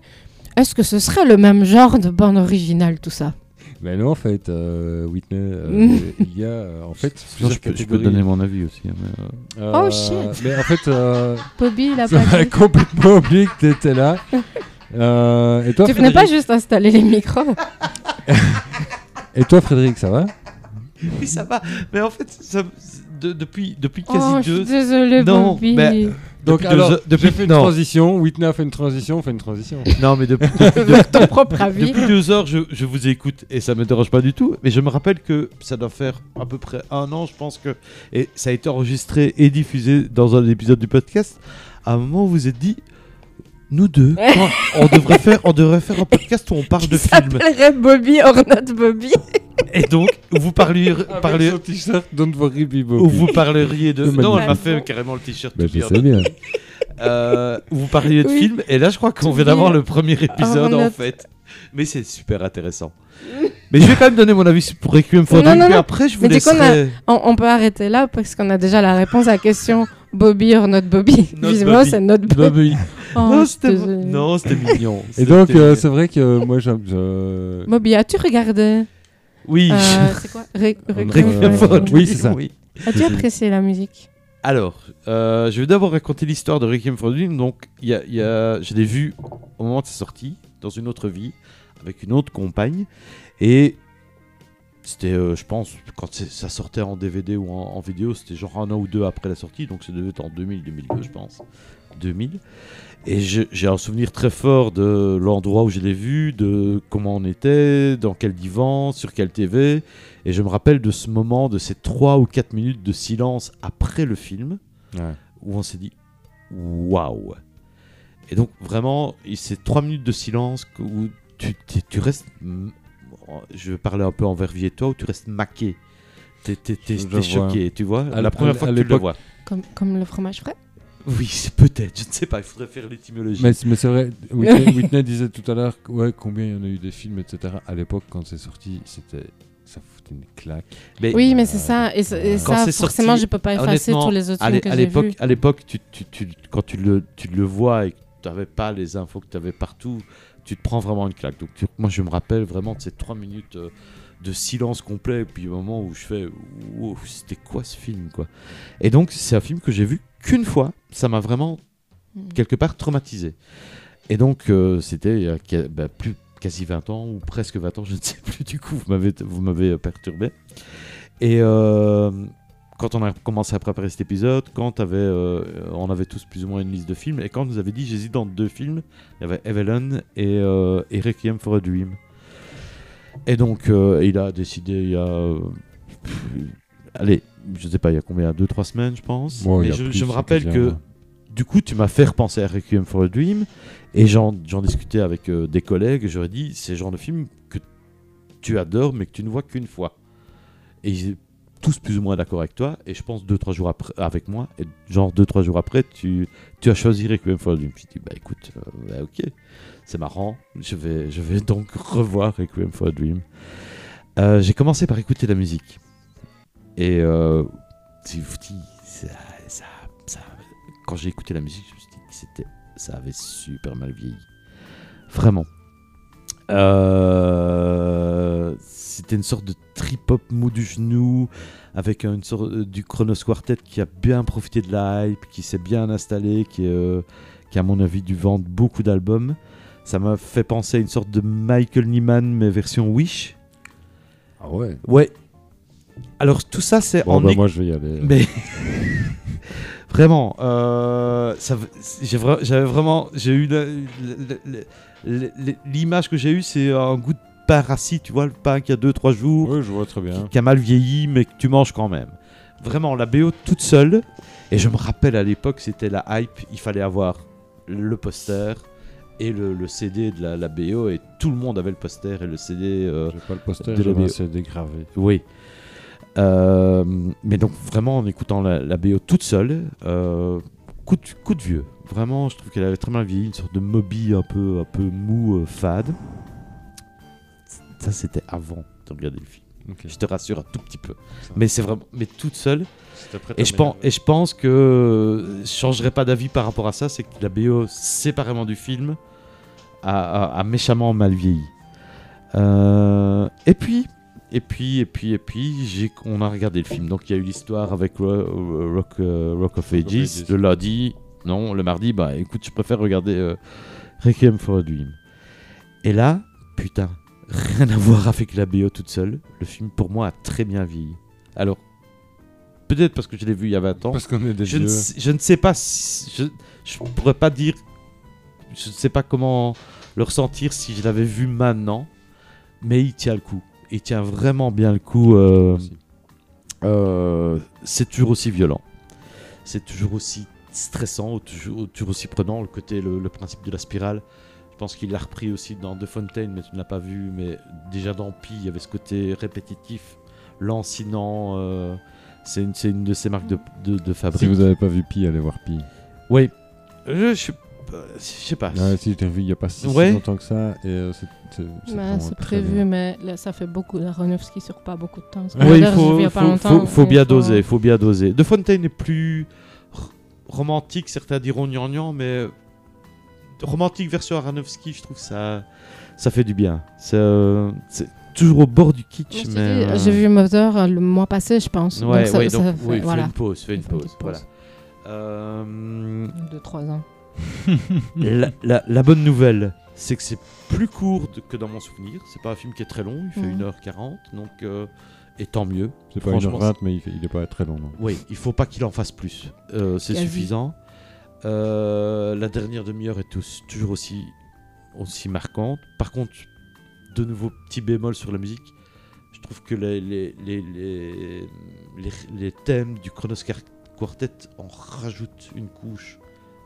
Est-ce que ce serait le même genre de bande originale, tout ça Mais non, en fait, euh, Whitney, euh, Mm. il y a euh, en fait. Sinon, je, plusieurs peux, je peux catégories. donner mon avis aussi. hein, mais, euh, Euh, Oh, shit. Mais en fait, euh, Bobby, il a ça pas m'a dit. complètement oublié que t'étais là. Euh, et toi, Tu venais Frédéric pas juste installer les micros Et toi, Frédéric, ça va Oui, ça va. Mais en fait, ça- de- depuis, depuis quasi Oh, je deux. suis désolée, Non, Bobby. mais- Donc depuis alors, deux- depuis- j'ai fait une non. transition. Whitney a fait une transition, fait une transition. Non, mais depuis, depuis, Vers ton propre avis. depuis deux heures, je, je vous écoute et ça me dérange pas du tout. Mais je me rappelle que ça doit faire à peu près un an, je pense que. Et ça a été enregistré et diffusé dans un épisode du podcast. À un moment, vous êtes dit. Nous deux, quoi, on, devrait faire, on devrait faire un podcast où on parle de Il films. s'appellerait Bobby or not Bobby. Et donc, vous parlez, parlez, Avec Ah, son t-shirt Don't worry, be où Bobby. vous parleriez de. Le Non, elle m'a magnifique. fait carrément le t-shirt. Ben, tout je dire. sais bien. Euh, où vous parliez de Oui. films, et là je crois qu'on Tu vient dis- d'avoir le premier épisode Oh, en note. fait. Mais c'est super intéressant. Mais je vais quand même donner mon avis pour Requiem for Non, Dream, non, puis non. après je vous Mais dis qu'on laisserai. On, on peut arrêter là parce qu'on a déjà la réponse à la question Bobby or not Bobby. Not Visiblement, Bobby. c'est not Bobby. Oh, Non, je suis c'était désolée. non, c'était mignon. Et C'était- donc, euh, c'est vrai que euh, moi, j'aime. je- Bobby, as-tu regardé oui. euh, C'est quoi Ré- Requiem Requiem for for a a Dream. Oui, c'est ça. As-tu apprécié la musique Alors, euh, je vais d'abord raconter l'histoire de Requiem for a Dream. Donc, il y a- il y a- je l'ai vu au moment de sa sortie, dans une autre vie, avec une autre compagne. Et c'était, euh, je pense, quand c'est- ça sortait en DVD ou en, en vidéo, c'était genre un an ou deux après la sortie. Donc, ça devait être en 2000-2002, je pense. 2000. Et je- j'ai un souvenir très fort de l'endroit où je l'ai vu, de comment on était, dans quel divan, sur quelle TV. Et je me rappelle de ce moment, de ces 3 ou 4 minutes de silence après le film, Ouais. où on s'est dit waouh. Et donc, vraiment, il- ces 3 minutes de silence que- où tu, tu- tu restes. m- Je vais parler un peu en verviétois, où tu restes maqué. T'es t'es- t'es- Je t'es vois. choqué, tu vois. À l- La première à fois que tu le l'époque- vois. comme, comme le fromage frais Oui, c'est peut-être, je ne sais pas, il faudrait faire l'étymologie. Mais, c'est- mais c'est vrai, Whitney, Whitney disait tout à l'heure que, ouais, combien il y en a eu des films, etc. À l'époque, quand c'est sorti, c'était ça fout une claque. Mais Oui, mais c'est ça. Et, ça- et euh, Quand ça, c'est forcément, sorti, je peux pas effacer honnêtement, tous les autres à films l'é- que à j'ai l'époque, vus. à l'époque, tu, tu- tu- quand tu le, tu le vois et que tu n'avais pas les infos que tu avais partout, tu te prends vraiment une claque. Donc tu- moi, je me rappelle vraiment de ces trois minutes euh, de silence complet, et puis au moment où je fais, Wow, c'était quoi ce film, quoi. Et donc c'est un film que j'ai vu qu'une fois. Ça m'a vraiment Mm. quelque part traumatisé. Et donc, euh, c'était il y a qua- bah, plus, quasi 20 ans, ou presque 20 ans, je ne sais plus du coup, vous m'avez, vous m'avez euh, perturbé. Et euh, quand on a commencé à préparer cet épisode, quand avait, euh, on avait tous plus ou moins une liste de films, et quand on nous avait dit j'hésite entre deux films, il y avait Evelyn et, euh, et Requiem for a Dream. Et donc, euh, il a décidé il y a. euh, pff, allez, je sais pas, il y a combien 2-3 semaines, je pense. Ouais, il y Mais a je, plus, je me c'est rappelle quasi que un- du coup, tu m'as fait repenser à Requiem for a Dream et j'en j'en discutais avec euh, des collègues. J'aurais dit, c'est le genre de film que tu adores mais que tu ne vois qu'une fois. Et ils étaient tous plus ou moins d'accord avec toi. Et je pense deux trois jours après avec moi et genre deux trois jours après, tu, tu as choisi Requiem for a Dream. Je dis bah écoute, euh, bah, ok, c'est marrant. Je vais je vais donc revoir Requiem for a Dream. Euh, J'ai commencé par écouter la musique et euh, c'est foutu, ça- ça- ça quand j'ai écouté la musique, je me suis dit que c'était, ça avait super mal vieilli. Vraiment. Euh, c'était une sorte de trip-hop mou du genou, avec une sorte euh, du Chronos Quartet qui a bien profité de la hype, qui s'est bien installé, qui, euh, qui à mon avis dû vendre beaucoup d'albums. Ça m'a fait penser à une sorte de Michael Nyman, mais version Wish. Ah ouais Ouais. Alors tout ça, c'est Bon, en bah, éc- moi, je vais y aller. mais vraiment, euh, ça v- j'ai vra- j'avais vraiment, j'ai eu la- la- la- la- la- l'image que j'ai eue, c'est un goût de parasite, tu vois, le pain qui a 2-3 jours, Oui, je vois très qui, bien. qui a mal vieilli, mais que tu manges quand même. Vraiment, la BO toute seule. Et je me rappelle à l'époque, c'était la hype, il fallait avoir le poster et le, le CD de la, la BO, et tout le monde avait le poster et le CD. euh, J'ai pas le poster, de la j'avais bio. un CD gravé. oui. Euh, mais donc vraiment en écoutant la, la BO toute seule, euh, coup, de, coup de vieux. Vraiment, je trouve qu'elle avait très mal vieilli, une sorte de Moby un peu, un peu mou, euh, fade. Ça, c'était avant de regarder le film. Ok. Je te rassure un tout petit peu. Ça. Mais c'est vraiment, mais toute seule. Et je, pense, et je pense que euh, je changerai pas d'avis par rapport à ça, c'est que la BO séparément du film a, a- a méchamment mal vieilli. Euh, et puis, et puis, et puis, et puis, j'ai- on a regardé le film. Donc il y a eu l'histoire avec Ro- Ro- Rock, euh, Rock of Rock of Ages, Ages. le lundi, non, le mardi, bah écoute, je préfère regarder euh, Requiem for a Dream. Et là, putain, rien à voir avec la BO toute seule. Le film pour moi a très bien vieilli. Alors, peut-être parce que je l'ai vu il y a 20 ans. Parce qu'on est des Je vieux. ne, sais, je ne sais pas si- je, je pourrais pas dire je ne sais pas comment le ressentir si je l'avais vu maintenant mais il tient le coup il tient vraiment bien le coup euh, euh, c'est toujours aussi violent c'est toujours aussi stressant toujours, toujours aussi prenant le côté le, le principe de la spirale je pense qu'il l'a repris aussi dans De Fontaine mais tu ne l'as pas vu mais déjà dans Pi il y avait ce côté répétitif lancinant euh, c'est une, c'est une de ses marques de, de, de fabrique Si vous avez pas vu Pi, allez voir Pi. oui. Je, je, suis- euh, je sais pas. Ah, si, t'as vu il y a pas si, si Ouais. longtemps que ça. Et euh, c'est- c'est- c'est Bah, vraiment c'est très prévu, bien. mais là, ça fait beaucoup d'Aronofsky sur pas beaucoup de temps. euh, Oui, il Spielberg, j'ai faut, vu il y a faut- pas longtemps, faut- faut mais bien faut- doser, faut bien doser. De Fontaine est plus r- romantique, certains diront gnangnan, mais euh, romantique version Aronofsky, je trouve ça, ça fait du bien. C'est euh, c'est toujours au bord du Mais kitsch, je te mais... dis, euh, J'ai vu Mother euh, le mois passé, je pense. Ouais, donc ça, ouais, ça donc, fait- oui, fais voilà. une pause, fais une Fais une pause, petite voilà. pause. Euh, De 3 ans. la, la- la bonne nouvelle, c'est que c'est plus court de- que dans mon souvenir. C'est pas un film qui est très long, il fait Mhm. 1h40, donc... euh, et tant mieux. C'est pas Franchement, 1h20, mais il, fait- il est pas très long. Non. Oui, il faut pas qu'il en fasse plus. Euh, c'est Quasi. suffisant. Euh, la dernière demi-heure est tous- toujours aussi, aussi marquante. Par contre, de nouveau, petit bémol sur la musique. Je trouve que les, les, les, les, les- les thèmes du Chronos Quar- Quartet en rajoutent une couche,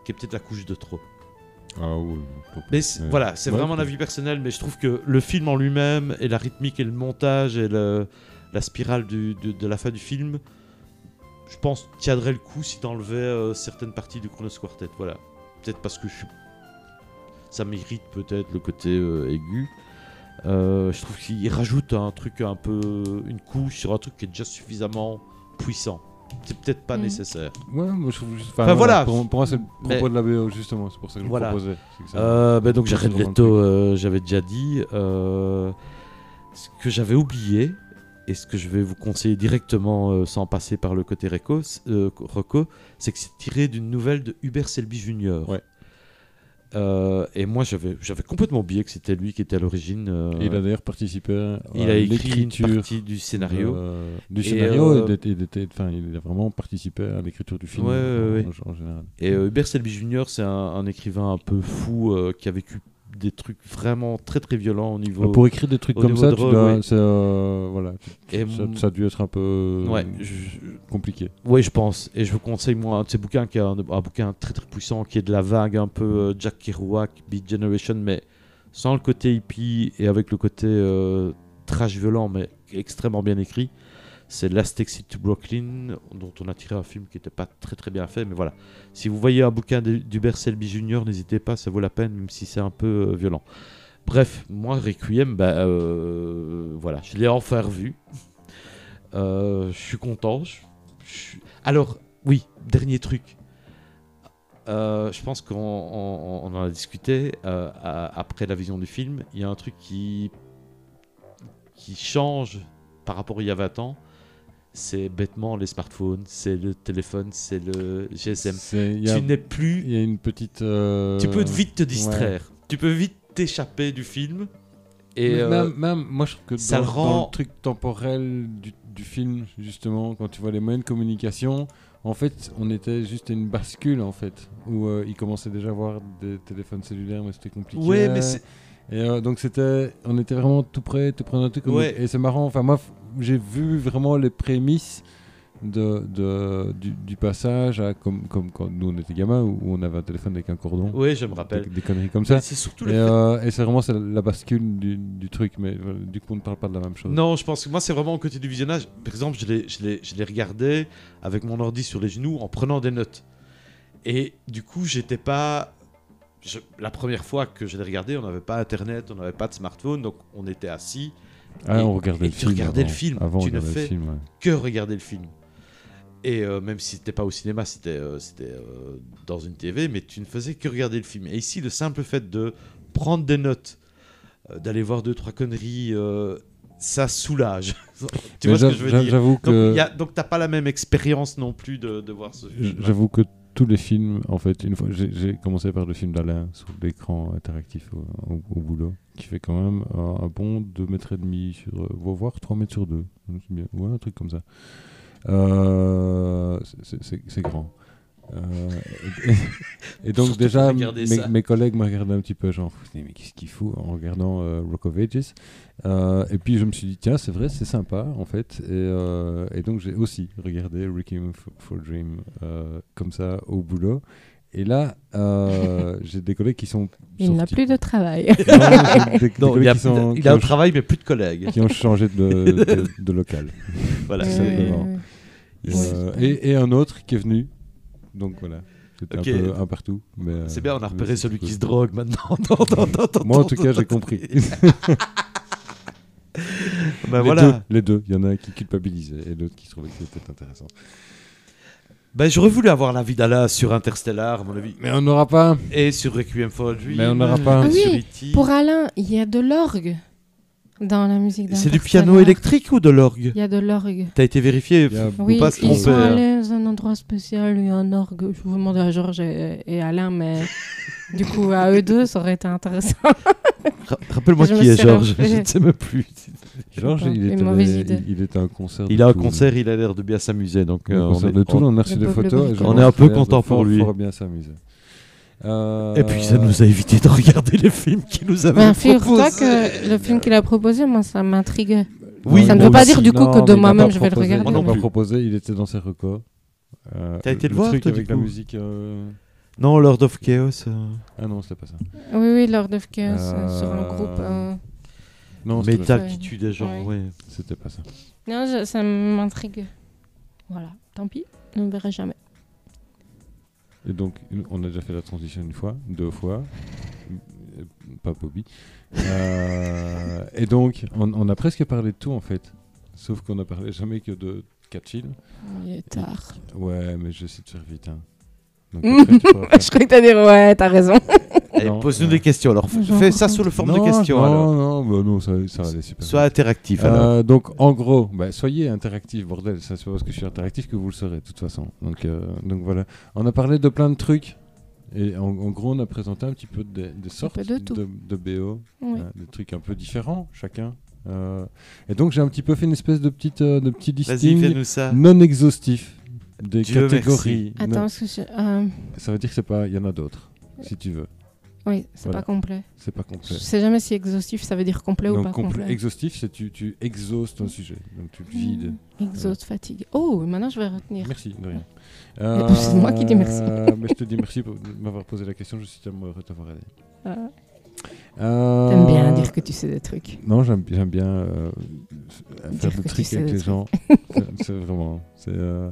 qui est peut-être la couche de trop. Ah oui. Mais c'est- Ouais. voilà, c'est Ouais, vraiment ouais. un avis personnel, mais je trouve que le film en lui-même, et la rythmique, et le montage, et le- la spirale du- de, de la fin du film, je pense, tiendrait le coup si t'enlevais euh, certaines parties du Chronos Quartet. Voilà. Peut-être parce que je suis... ça m'irrite peut-être le côté euh, aigu, Euh, je trouve qu'il rajoute un truc un peu. une couche sur un truc qui est déjà suffisamment puissant. C'est peut-être pas Mhm. nécessaire. Ouais, moi je trouve. Enfin, voilà. Pour, pour moi, c'est le propos Mais- de la BO, justement. C'est pour ça que je Voilà. le proposais. c'est que ça- Euh, bah donc Ça Jared demande Leto, plus. euh, j'avais déjà dit. euh, ce que j'avais oublié, et ce que je vais vous conseiller directement euh, sans passer par le côté Reco, c- euh, Rocco, c'est que c'est tiré d'une nouvelle de Hubert Selby Jr. Ouais. Euh, et moi j'avais j'avais complètement oublié que c'était lui qui était à l'origine. euh, Et Il a d'ailleurs participé à il a écrit une l'écriture partie du scénario. euh, du Et, scénario euh, et d'être- et d'être- enfin, il a vraiment participé à l'écriture du film Ouais, ouais, en- en général. Et euh, Hubert Selby Jr., c'est un, un écrivain un peu fou euh, qui a vécu des trucs vraiment très très violents au niveau. Ah, Pour écrire des trucs au comme niveau ça, drogue, tu dois, oui. c'est, euh, voilà, tu- Et ça, euh, mon- ça a dû être un peu Ouais, je- compliqué. Oui, je pense. Et je vous conseille, moi, un de ces bouquins qui est un, un bouquin très très puissant, qui est de la vague un peu euh, Jack Kerouac, Beat Generation, mais sans le côté hippie et avec le côté euh, trash violent, mais extrêmement bien écrit. C'est Last Exit to Brooklyn, dont on a tiré un film qui n'était pas très très bien fait, mais voilà. Si vous voyez un bouquin d'Hu- d'Hubert Selby Jr., n'hésitez pas, ça vaut la peine, même si c'est un peu euh, violent. Bref, moi, Requiem, bah, euh, voilà, je l'ai enfin revu. Euh, je suis content, je- je- Alors, oui, dernier truc. Euh, je pense qu'on on- on en a discuté euh, à- après la vision du film. Il y a un truc qui, qui change par rapport à il y a 20 ans. C'est bêtement les smartphones, c'est le téléphone, c'est le GSM. C'est- Il y, a- Tu n'es plus il y a une petite. euh, tu peux vite te distraire. Tu peux vite t'échapper du film. Et Mais euh, même, même, moi je trouve que ça dans, le dans rend- le truc temporel du, du film, justement, quand tu vois les moyens de communication, en fait, on était juste à une bascule, en fait, où euh, ils commençaient déjà à avoir des téléphones cellulaires, mais c'était compliqué. ouais, mais c'est- Et euh, donc c'était, on était vraiment tout près, tout près d'un truc. Ouais. Et c'est marrant. Enfin moi, f- j'ai vu vraiment les prémices de, de- du, du passage à comme comme quand nous on était gamins où on avait un téléphone avec un cordon. ouais, je me Des, rappelle. des conneries comme ça. Mais C'est surtout Et, le fait- euh, et c'est vraiment c'est la bascule du, du truc, mais euh, du coup on ne parle pas de la même chose. Non, je pense que moi, c'est vraiment au côté du visionnage. Par exemple, je l'ai- je l'ai je l'ai regardé avec mon ordi sur les genoux en prenant des notes. Et du coup, j'étais pas. je- La première fois que je l'ai regardé, on n'avait pas internet, on n'avait pas de smartphone, donc on était assis. Ah, Et- on regardait et le tu film. regardais avant. le film, Avant, on tu ne regardait le fais- film, ouais. que regarder le film. Et euh, même si c'était pas au cinéma, c'était euh, c'était, euh, dans une TV, mais tu ne faisais que regarder le film. Et ici, le simple fait de prendre des notes, euh, d'aller voir deux trois conneries, euh, ça soulage. tu Mais vois ce que j'a- je veux j'a- dire J'avoue Donc, que il y a- donc t'as pas la même expérience non plus de, de voir ce J- film. J'avoue que tous les films, en fait, une fois, j'ai- j'ai commencé par le film d'Alain sur l'écran interactif au, au- au boulot, qui fait quand même un, un bon 2 mètres et demi sur, euh, vo- voire 3 mètres sur 2, ouais, un truc comme ça. Euh, c'est- c'est- c'est c'est grand. Euh, et, et donc Surtout déjà, pour regarder mes, ça. mes collègues me regardaient un petit peu genre, Pff, mais qu'est-ce qu'il fout en regardant euh, Rock of Ages. Euh, et puis je me suis dit, tiens, c'est vrai, c'est sympa en fait. Et, euh, et donc j'ai aussi regardé Requiem for, for Dream euh, comme ça au boulot. Et là, euh, j'ai des collègues qui sont. Il n'a sortis- plus de travail. Non, j'ai des- des Non, il, y collègues a, qui sont- il qui a un ont- travail mais plus de collègues. qui ont changé de, de- de local. Voilà. Ouais, c'est- ouais. Euh, et, et un autre qui est venu. Donc voilà. C'était Ok. un peu un partout. mais, euh, C'est bien, on a mais repéré c'est celui cool. qui se drogue maintenant. Dans- dans- dans- dans- Moi, en dans- tout cas, dans- j'ai compris. Bah les, Ben voilà. deux, les deux. Il y en a un qui culpabilisait et l'autre qui trouvait que c'était intéressant. Ben, j'aurais voulu avoir l'avis d'Ala sur Interstellar, à mon avis. Mais on n'aura pas. Et sur Requiem for a Dream. Mais on n'aura pas. E euh, Ah oui, sur E.T.. Pour Alain, il y a de l'orgue dans la musique C'est du d'Interstellar. piano électrique ou de l'orgue Il y a de l'orgue. T'as été vérifié Il y a faut Oui, pas se ils tromper, sont hein. allés dans un endroit spécial, il y a un orgue. Je vous demande à Georges et, et Alain, mais du coup, à eux deux, ça aurait été intéressant. Ra- Rappelle-moi Je qui me est suis Georges, rappelé. je ne sais même plus. Georges, pas, il une était, mauvaise idée. il, il était à un concert. Il de a un Tool. concert, il a l'air de bien s'amuser. Donc, Un euh, concert on est- de Toul, on- on a reçu Le des peuple photos. et bricoleur. Georges On est un peu a l'air de content pour fort, lui. fort bien s'amuser. Euh, Et puis ça nous a évité de regarder les films qu'il nous avait Ben, figure-toi proposés. que le film qu'il a proposé, moi, ça m'intrigue. Oui, ça ne moi veut pas aussi. dire du coup Non, que mais il de a moi-même pas je vais le proposé, regarder. Moi non Il a pas plus. proposé, il était dans ses records. Euh, T'as été le voir, truc toi, du avec la coup musique. euh, Non, Lord of Chaos. euh, Ah non, c'était pas ça. Oui, oui, Lord of Chaos euh, Euh, sur un groupe. euh. Non, c'était pas ça. Métal qui tue des gens, ouais. C'était pas ça. Non, je- ça m'intrigue. Voilà, tant pis, on ne verra jamais. Et donc, une- on a déjà fait la transition une fois, deux fois. Euh, pas Bobby. Euh, et donc, on, on a presque parlé de tout en fait. Sauf qu'on a parlé jamais que de quatre films. Il est tard. Ouais, mais je sais de faire vite. hein. Donc, après, tu pourras faire- Je croyais que t'allais dire ouais, t'as raison. Allez, Non, Eh, pose-nous euh, des questions. Alors, f- J'en fais ça sous la forme non, de questions. Non, alors. non, bah non, ça, ça allait super. Sois interactif. Euh, alors. donc en gros, bah, soyez interactif, bordel. Ça, c'est parce que je suis interactif que vous le saurez, de toute façon. Donc, euh, donc voilà. On a parlé de plein de trucs. Et en, en gros, on a présenté un petit peu des, des sortes peu de tout. de BO, Oui. hein, des trucs un peu différents chacun. Euh, et donc j'ai un petit peu fait une espèce de petite, euh, de petit Vas-y, listing fais-nous ça. non exhaustif des Dieu merci. catégories. Attends, Non, est-ce que je- euh, ça veut dire que c'est pas, il y en a d'autres, si tu veux. Oui, c'est Voilà. pas complet. C'est pas Je complet. sais jamais si exhaustif, ça veut dire complet ou Donc pas complet- complet. Mmh. exhaustif, c'est tu, tu exhaustes un sujet, donc tu le vides. Mm. Exhaust, fatigue. Oh, maintenant je vais retenir. Merci, de rien. C'est moi qui dis merci. Euh, mais je te dis merci pour de m'avoir posé la question, je suis tellement heureux de t'avoir aidé. Ah, Euh, T'aimes bien dire que tu sais des trucs. Non, j'aime j'aime bien euh, faire Dire que des tu trucs sais avec des les trucs. gens. C'est- C'est vraiment. c'est, euh,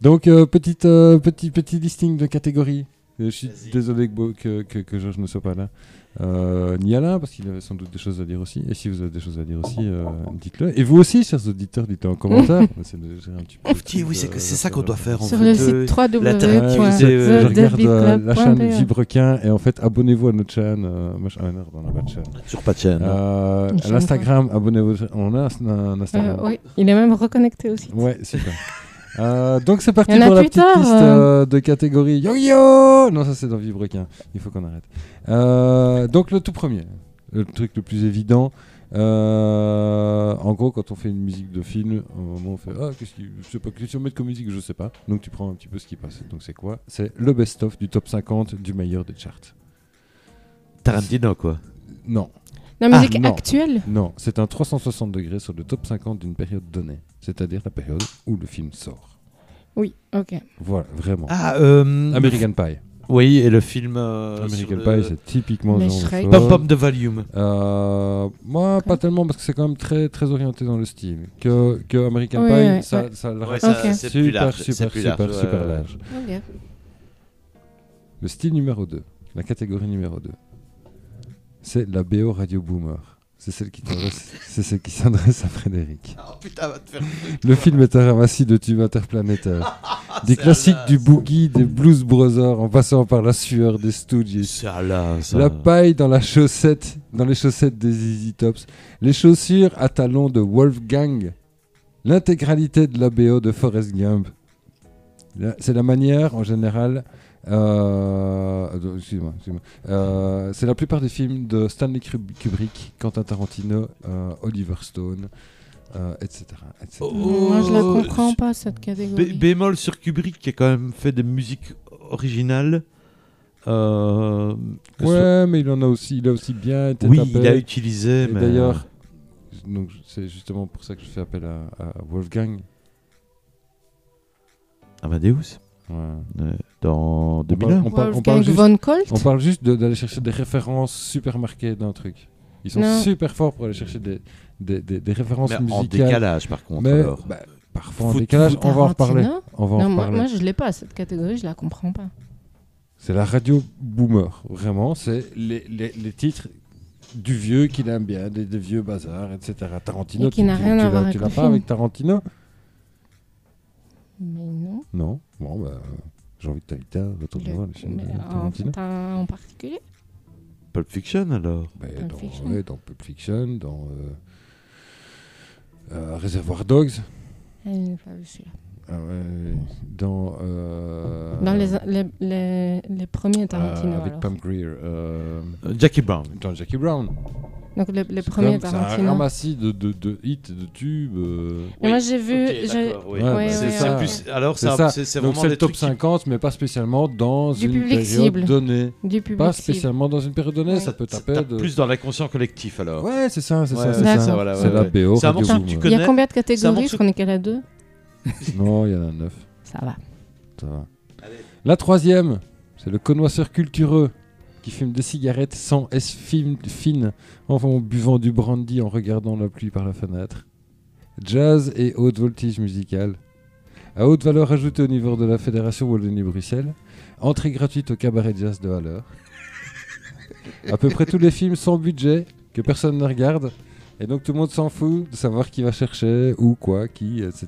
Donc, euh, petite, euh, petit, petit listing de catégories. Euh, Je suis Vas-y. désolé que, Bo- que, que, que Georges ne soit pas là. Euh, ni Alain, parce qu'il avait sans doute des choses à dire aussi. Et si vous avez des choses à dire aussi, euh, dites-le. Et vous aussi, chers auditeurs, dites-le en commentaire. c'est de- j'ai un petit peu le Putain, truc euh, oui, c'est de- que c'est ça qu'on doit faire en Sur fait. le euh, site Ouais, l'interactivité, je, euh, je regarde euh, la chaîne www.thebeatclub.be. Gibrequin et en fait abonnez-vous à notre chaîne. euh, machin- ah merde, on n'a pas de chaîne. Sur pas de chaîne. hein. Euh, Une chaîne, L'Instagram, abonnez-vous. On a un, un Instagram. Euh, oui, il est même reconnecté aussi. Ouais, super. Euh, donc c'est parti Il y en a pour la Twitter, petite liste euh. euh, de catégories. Yo yo Non, ça c'est dans Vibrequin. Il faut qu'on arrête. Euh, donc le tout premier, le truc le plus évident. euh, en gros, quand on fait une musique de film, au moment on fait ah qu'est-ce qui, je sais pas qu'est-ce qu'on met comme musique, je sais pas. Donc tu prends un petit peu ce qui passe. Donc c'est quoi C'est le best-of du top 50 du meilleur des charts. Tarantino, quoi. Non, La Ah, musique non. actuelle non, c'est un 360 degrés sur le top 50 d'une période donnée, c'est-à-dire la période où le film sort. Oui, ok. Voilà, vraiment. Ah, euh, American Pie. Oui, et le film. euh, sur American le- Pie, c'est typiquement Mais ce genre de Shrek. chose. Pom Pom de Valium. Euh, moi, pas tellement parce que c'est quand même très très orienté dans le style. Que, que American Ouais, Pie, ouais, ça, ouais. ça le Ouais, reste ça, Ok. c'est super plus large, c'est super plus super large, ouais, super ouais. large. Ok. Le style numéro 2, la catégorie numéro 2, c'est la BO Radio Boomer. C'est celle qui t'adresse- c'est celle qui s'adresse à Frédéric. Oh putain, va te faire. Le film est un ramassis de tubes interplanétaires. des C'est classiques Alas. du boogie, des blues brothers, en passant par la sueur des Stooges. C'est là, ça. La paille dans la chaussette, dans les chaussettes des Easy Tops, les chaussures à talons de Wolfgang, l'intégralité de la BO de Forrest Gump. La- C'est la manière en général. euh, attends, excuse-moi, excuse-moi. Euh, c'est la plupart des films de Stanley Krub- Kubrick, Quentin Tarantino, euh, Oliver Stone, euh, etc. etc. Oh. Moi, je la comprends pas, cette catégorie. B- bémol sur Kubrick qui a quand même fait des musiques originales. Euh, que ce soit- Ouais, mais il en a aussi, il a aussi bien été Oui, tapé. il a utilisé. Et mais- euh, D'ailleurs, donc c'est justement pour ça que je fais appel à, à Wolfgang. Amadeus, euh, dans On, parle, 2001. on parle- on parle Wolfgang juste, von Colt on parle juste de- d'aller chercher des références super marquées d'un truc. Ils sont Non. super forts pour aller chercher des, des, des- des références Mais en musicales. décalage, par contre. mais alors. bah, parfois en Foot- décalage, on va en Tarantino reparler. On va en Non, moi, reparler. moi, je l'ai pas, cette catégorie, je la comprends pas. C'est la radio boomer, vraiment. C'est les, les- les titres du vieux qu'il aime bien, des, des vieux bazars, etc. Tarantino, Et qui tu- n'a tu- rien tu à l'as- voir avec Tu le l'as pas film. avec Tarantino Mais non. Non. Bon, bah, j'ai envie de t'inviter à retourner Le- voir le film mais de en, Tarantino. t'as un en particulier Pulp Fiction, alors. Bah, Pulp dans, Fiction. ouais, dans Pulp Fiction, dans euh, euh, Reservoir Dogs, Ah, il l'a pas vu, celui-là. ah ouais, dans. euh, Dans les, les, les, les premiers Tarantino. euh, avec alors. Pam Greer, euh, Euh, Jackie Brown. dans Jackie Brown. Donc les, les C'est premiers comme- ah, C'est un Tarantino. ramassis de, de, de hits, de tubes. euh, Mais moi j'ai vu. j'ai- oui. Ouais, ouais, c'est ouais, c'est ouais. plus- Alors, C'est ça- ça. c'est c'est Donc vraiment c'est des le top trucs qui- 50, mais pas spécialement dans Du une public période cible. donnée. Du public. Pas cible. spécialement dans une période donnée, Ouais. ça peut ça taper. tape de- plus dans l'inconscient collectif, alors. Ouais, c'est ça, c'est Ouais, ça, c'est ouais, ça. ça, voilà, c'est ouais, la ouais. BO. C'est un Radio morceau que tu Boom. Il y a connais. combien de C'est un catégories morceau- Je connais qu'à la deux. Non, il y en a neuf. Ça va. Ça va. La troisième, c'est le connoisseur cultureux qui fume des cigarettes sans S fine, fine en en buvant du brandy en regardant la pluie par la fenêtre. Jazz et haute voltige musicale. À haute valeur ajoutée au niveau de la Fédération Wallonie-Bruxelles. Entrée gratuite au cabaret jazz de Haller. à peu près tous les films sans budget que personne ne regarde. Et donc tout le monde s'en fout de savoir qui va chercher, où, quoi, qui, etc.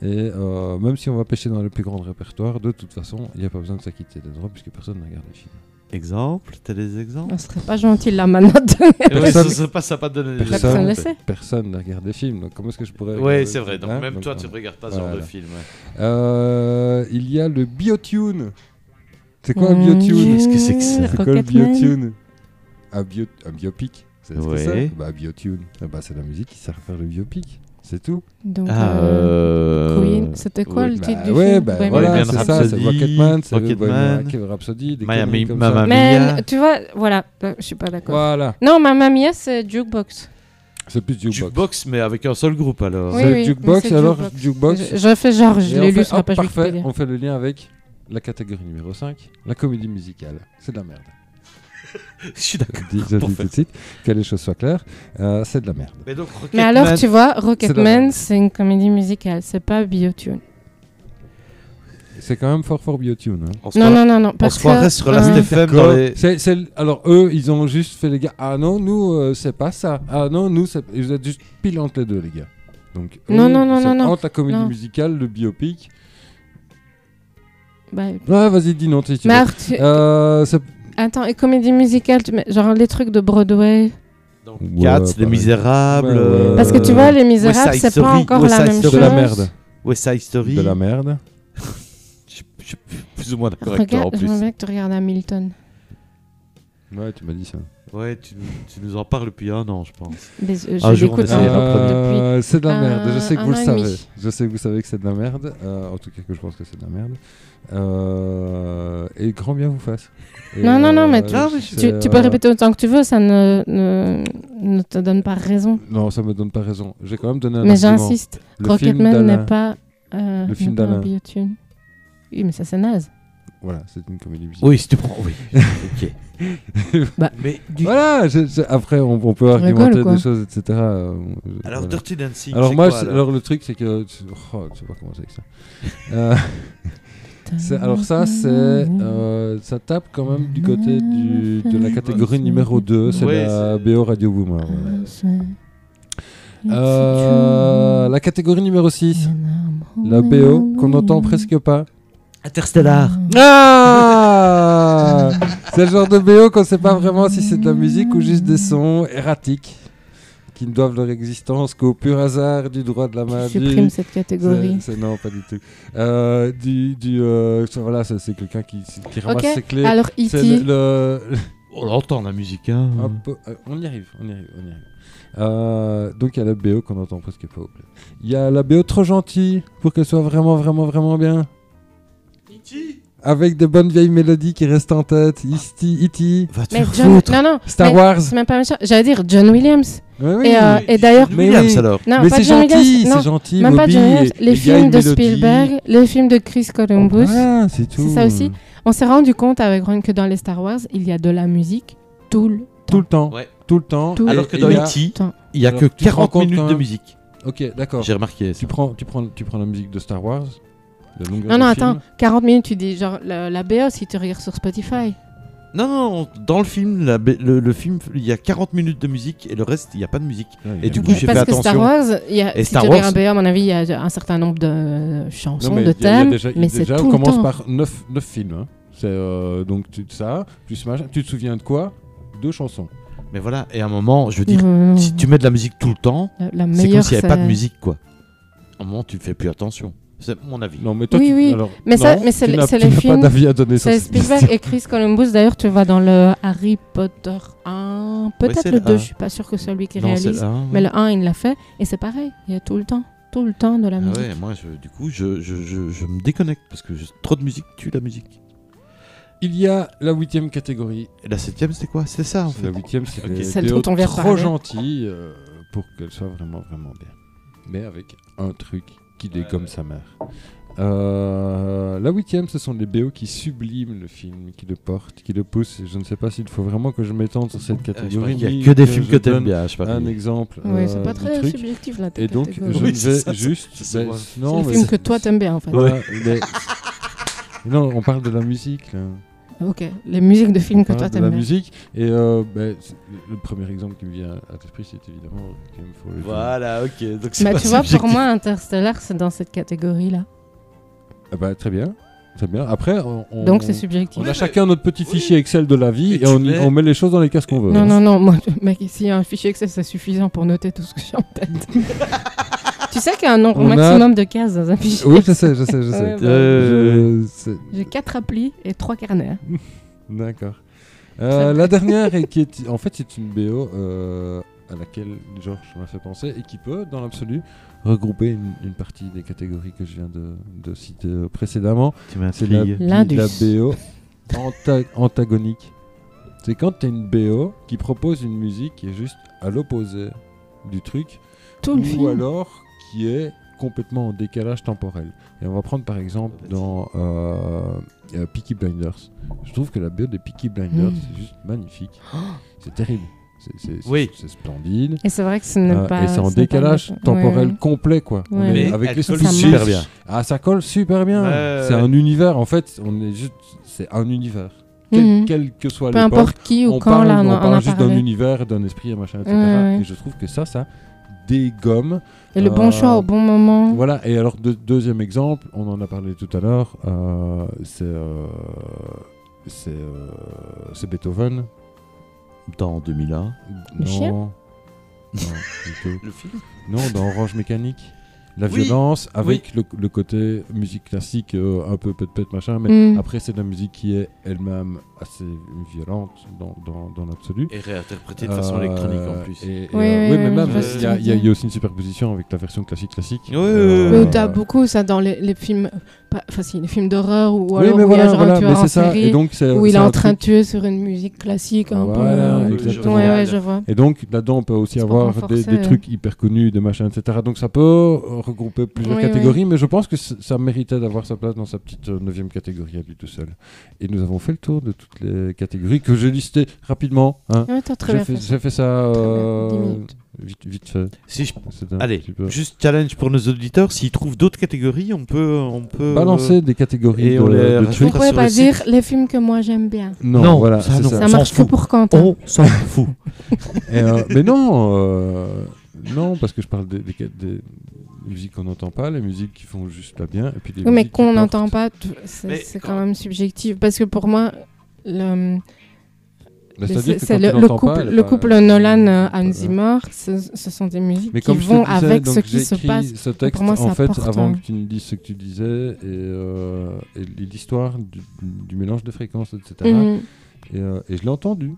Et euh, même si on va pêcher dans le plus grand répertoire, de toute façon, il n'y a pas besoin de s'acquitter des droits puisque personne ne regarde les films. Exemple, t'as des exemples Ce serait pas gentil la manotte. Ouais, Personne- ça, ça passe à pas te donner des Personne- Personne exemples. le sait. Personne ne regarde les films, donc comment est-ce que je pourrais... Ouais, regarder c'est le vrai. film, Donc hein même Donc, toi, tu voilà. regardes pas ce genre de Voilà. film. ouais. Euh, il y a le biotune. C'est quoi un Mmh, biotune Qu'est-ce que c'est que ça C'est quoi le Rocketman. biotune un, bio, un biopic C'est ce que Ouais. c'est Bah, un biotune. Ah bah, c'est la musique qui sert à faire le biopic. C'est tout. Donc, Ah, euh, euh, Queen, c'était quoi Ouais, le bah, titre du ouais, film bah, Bohemian voilà, Rhapsody. c'est ça, c'est Rocketman, c'est Rocketman. Bohemian Rhapsody, des Miami- conneries comme Mama ça. Mia. Mais Mia. tu vois, voilà, euh, je suis pas d'accord. Voilà, Non, Mamma Mia, c'est Jukebox. c'est plus jukebox. Jukebox, mais avec un seul groupe alors. Oui, c'est oui, jukebox, mais c'est alors jukebox. jukebox. Je, je fais genre, je Et l'ai on lu fait- sur la hop, page parfait, Wikipédia. on fait le lien avec la catégorie numéro 5, la comédie musicale. C'est de la merde. Je suis d'accord. Dis- Je le Pour dis faire. tout de suite, que les choses soient claires, euh, c'est de la merde. Mais donc, Mais Rocketman- alors, tu vois, C'est la Rocketman, merde. c'est une comédie musicale, c'est pas Biotune. C'est quand même fort fort biotune. hein. On se Non, croirait- non, non, non. On parce se croirait que, sur la euh, Stéphane dans les. C'est- c'est l- alors eux, ils ont juste fait les gars. Ah non, nous euh, c'est pas ça. Ah non, nous c'est- ils êtes juste pile entre les deux les gars. Donc Non, eux, non, non, c'est non, non. Entre la comédie Non. musicale, le biopic. bah, Ouais, vas-y, dis non. si tu mais veux. alors, tu- Euh, c'est- attends, et comédie musicale, tu mets- genre les trucs de Broadway. Donc, Ouais, Cats, Les pareil. Misérables. Ouais, ouais, euh, Parce que tu Euh, vois, Les Misérables, Side c'est pas Story, encore West la Side même de chose. Story. la merde. West Side Story. De la merde. Je suis- je suis plus ou moins d'accord avec toi en Regarde, plus. j'aimerais bien que tu regardes Hamilton. Ouais, tu m'as dit ça. Ouais, tu, tu nous en parles depuis un an, je pense. Des- euh, Ah, Un Je jour, on l'écoute essaiera en boucle Euh, depuis. c'est de la un- merde. Je sais que un vous le an et demi. savez. Je sais que vous savez que c'est de la merde. Euh, en tout cas, que je pense que c'est de la merde. Euh, et grand bien vous fasse. Et, euh, Non, non, non, mais Non, mais je- c'est, Tu, tu peux euh, répéter autant que tu veux, ça ne, ne, ne te donne pas raison. Non, ça me donne pas raison. J'ai quand même donné un mais argument. j'insiste, Le film Rocketman d'Alain. n'est pas, euh, Le n'est film pas un d'Alain. biotune. Oui, mais ça c'est naze. Voilà, c'est une comédie musicale. Oui, si tu prends, oui. ok. Bah, mais du... Voilà, je- je- après on, on peut Tu argumenter rigoles ou quoi des choses, etc. euh, Alors, voilà. Dirty Dancing. Alors c'est moi, quoi, c'est- alors, le truc c'est que... Oh, je sais pas comment c'est avec ça. Euh, c'est- alors ça, c'est... euh, ça tape quand même du côté du- de la catégorie numéro 2, c'est Ouais, la c'est- BO Radio Boomer. voilà. C'est- Euh, la catégorie numéro 6, la BO qu'on n'entend presque pas. Interstellar. Ah C'est le genre de BO qu'on sait pas vraiment si c'est de la musique ou juste des sons erratiques qui ne doivent leur existence qu'au pur hasard du droit de la main. Tu du- supprimes cette c'est- catégorie. c'est- Non, pas du tout. Euh, du, du, euh, ça, voilà, ça, c'est quelqu'un qui, qui ramasse Ok, ses clés. alors E E.T. C'est le- le- On l'entend, la musique, hein. un peu- euh, on y arrive, on y arrive, on y arrive. Euh, donc il y a la BO qu'on entend presque pas. au play. Il y a la BO trop gentille pour qu'elle soit vraiment, vraiment, vraiment bien. Avec des bonnes vieilles mélodies qui restent en tête. E Isti- E.T., Va te Mais faire John, foutre. non, non, Star mais Wars. c'est même pas méchant. J'allais dire John Williams. Ouais, oui. Et, euh, et d'ailleurs, Mais Williams, oui. alors. non, Mais pas c'est John gentil, Williams. c'est Non, gentil. même pas Bobby, John Williams. et- et Les il y a films une de mélodie. Spielberg, les films de Chris Columbus. Voilà, Ah, c'est tout. ça aussi. On s'est rendu compte avec Ron que dans les Star Wars, il y a de la musique tout le Tout le temps. Ouais. Tout le temps. Tout. Alors que Et dans E il y a- E.T., temps. il n'y a que Alors, tu te rends 40 compte minutes quand de même musique. Ok, d'accord. J'ai remarqué ça. Tu prends, tu, prends, tu prends la musique de Star Wars. la longueur Non, du non, film. attends, 40 minutes, tu dis genre la, la BO si tu regardes sur Spotify. Non, non, on- dans le film, la b- le, le film, il y a 40 minutes de musique et le reste, il n'y a pas de musique. Ouais, il y Et a du une- coup, j'ai fait Parce que attention. Star Wars, il y a, Et si Star tu Wars- regardes un BO, à mon avis, il y a un certain nombre de euh, chansons, mais de il y a- il y a thèmes, déjà- mais c'est déjà, tout on le commence temps. par 9, films. hein. C'est euh, donc tu, ça, plus machin. Tu te souviens de quoi Deux chansons. Mais voilà, et à un moment, je veux dire, Euh, si tu mets de la musique tout le temps, la, la c'est comme meilleure, s'il n'y avait pas de c'est- musique, quoi. À un moment, tu ne fais plus attention. C'est mon avis. Non, mais toi, Oui, tu, oui. alors, Mais ça- non, mais c'est tu le- n'as- c'est tu les n'as films- pas d'avis à donner sur C'est cette Spielberg question. et Chris Columbus. D'ailleurs, tu vas dans le Harry Potter 1, peut-être c'est le le 2, un. je suis pas sûr que celui qui Non, c'est réalise. là. Mais le 1, il l'a fait, et c'est pareil, il y a tout le temps, tout le temps de la Ah musique. ouais, moi, je- du coup, je, je- je- je me déconnecte parce que je- trop de musique tue la musique. Il y a la huitième catégorie. Et la septième, c'est quoi C'est Ah, ça, en fait. La huitième, c'est Ok. les Celle vidéos dont on vient de trop parler. gentilles euh, pour qu'elles soient vraiment, vraiment bien. Mais avec un truc qui dégomme sa mère. Euh, la huitième, ce sont les BO qui subliment le film, qui le portent, qui le poussent. Et Je ne sais pas s'il faut vraiment que je m'étende sur cette Ah, je parie catégorie. qu'il n'y ni a que des films je que t'aimes donne bien, je parie. Un exemple. Ouais, euh, c'est pas du très truc. subjectif là. ta Et donc, je catégorie. Oui, c'est vais ça, c'est- juste. c'est ben, moi. C'est non, le mais film que toi t'aimes bien en fait. voilà, mais- non, on parle de la musique. Là. Ok, les musiques de films que Hein, toi de la t'aimes bien. musique. Et euh, ben, c'est- le premier exemple qui me vient à l'esprit, c'est évidemment Game for the Voilà, ok. Donc c'est Mais pas Bah, tu vois, subjectif. pour moi, Interstellar, c'est dans cette catégorie-là. Ah bah, très bien, très bien. Après, on, on- Donc c'est subjectif. on Oui, a mais- chacun notre petit oui. fichier Excel de la vie Et et, tu on, mets- on met les choses dans les cases qu'on veut. Non, non, non, moi, mec, s'il y a un fichier Excel, c'est suffisant pour noter tout ce que j'ai en tête. tu sais qu'il y a un nombre On a- maximum de cases dans un fichier. Oui, je sais, je sais, je sais. Ouais, bah, Euh, Je- c'est- J'ai quatre applis et trois carnets. hein. D'accord. Très Euh, bien. la dernière, et qui est, en fait, c'est une BO euh, à laquelle Georges m'a fait penser et qui peut, dans l'absolu, regrouper une, une partie des catégories que je viens de, de citer euh, précédemment. Tu m'as C'est la, intrigué. L'Indus. la BO anta- antagonique. C'est quand tu as une BO qui propose une musique qui est juste à l'opposé du truc, Tout le ou film. alors qui est complètement en décalage temporel. Et on va prendre par exemple Ah, dans euh, euh, Peaky Blinders. Je trouve que la BO des Peaky Blinders, Mm. c'est juste magnifique. C'est terrible. C'est- c'est- c'est- Oui. C'est splendide. Et c'est vrai que ce n'est Euh, pas. et c'est ce en n'est pas décalage notre- temporel Ouais. complet, quoi. On Ouais. est Mais avec les colle sous- super bien. Ah, ça colle super bien. Ouais, c'est ouais. un univers, en fait. On est juste, c'est un univers. Quel, Mhm. quel que soit Peu l'époque, importe qui ou on quand, parle, là, on on, en- on parle a juste d'un parlé. univers, d'un esprit, un machin, etc. Ouais, ouais. Et je trouve que ça, ça dégomme. Et le bon Euh, choix au bon moment. Voilà, et alors deux- deuxième exemple, on en a parlé tout à l'heure, euh, c'est euh, c'est euh, c'est Beethoven. Dans 2001. Le chien non, non, plutôt- Le film non, dans Orange Mécanique. La Oui, violence avec le, le côté musique classique, euh, un peu pète-pète machin, mais Mm. après c'est de la musique qui est elle-même assez violente dans, dans, dans l'absolu. est réinterprété de façon électronique en Euh, plus. et- et, Oui, euh, oui, oui, oui, mais je même, vois ce il que y, a- tu il y a- veux il y a aussi une superposition avec la version classique classique. Oui, Euh, oui, oui, Mais oui. t'as beaucoup ça dans les, les films, pas- enfin si, les films d'horreur ou oui, alors mais où il y voilà, a genre un voilà, mais tueur en c'est ça. série Et donc, c'est- où il c'est est un en train truc- de tuer sur une musique classique un Voilà, peu. euh, exactement. Ouais, ouais, je vois. Et donc là-dedans, on peut aussi C'est pas avoir renforcé, des, des ouais. trucs hyper connus, des machins, etc. Donc ça peut euh, regrouper plusieurs Oui, catégories, mais je pense que c- ça méritait d'avoir sa place dans sa petite euh, neuvième catégorie à lui tout seul. Et nous avons fait le tour de toutes les catégories que j'ai listées rapidement. hein. Ouais, t'as très J'ai bien fait, fait. j'ai fait ça euh, bien, dix minutes. vite, vite fait. Si je- C'était un Allez, petit peu- juste challenge pour nos auditeurs, s'ils trouvent d'autres catégories, on peut... On peut Balancer des catégories et de, on les de rajoute. Vous trucs. vais pouvez sur pas le site. dire les films que moi j'aime bien. Non, Non, voilà, ça, c'est non. ça. Oh, Ça s'en marche que fout. pour Quentin. On s'en fout. Et, euh, mais non, euh, non, parce que je parle des, des, des musiques qu'on n'entend pas, les musiques qui font juste la bien, et puis des Oui, mais musiques qui qu'on portent- n'entend pas, tu- Mais c'est c'est quand- quand même subjectif. Parce que pour moi, le, Bah, c'est c'est-à-dire que c'est quand le, tu le l'entends couple, pas, elle est le pas- couple Nolan-Anne Voilà. Zimmer, ce, ce sont des musiques Mais qui comme je te vont disais, avec donc ce qui se j'écris passe. Ce texte, pour moi, en ça fait, apporte, avant euh, que tu me dises ce que tu disais, et, euh, et l'histoire du, du mélange de fréquences, etc. Mhm. Et, euh, et je l'ai entendu.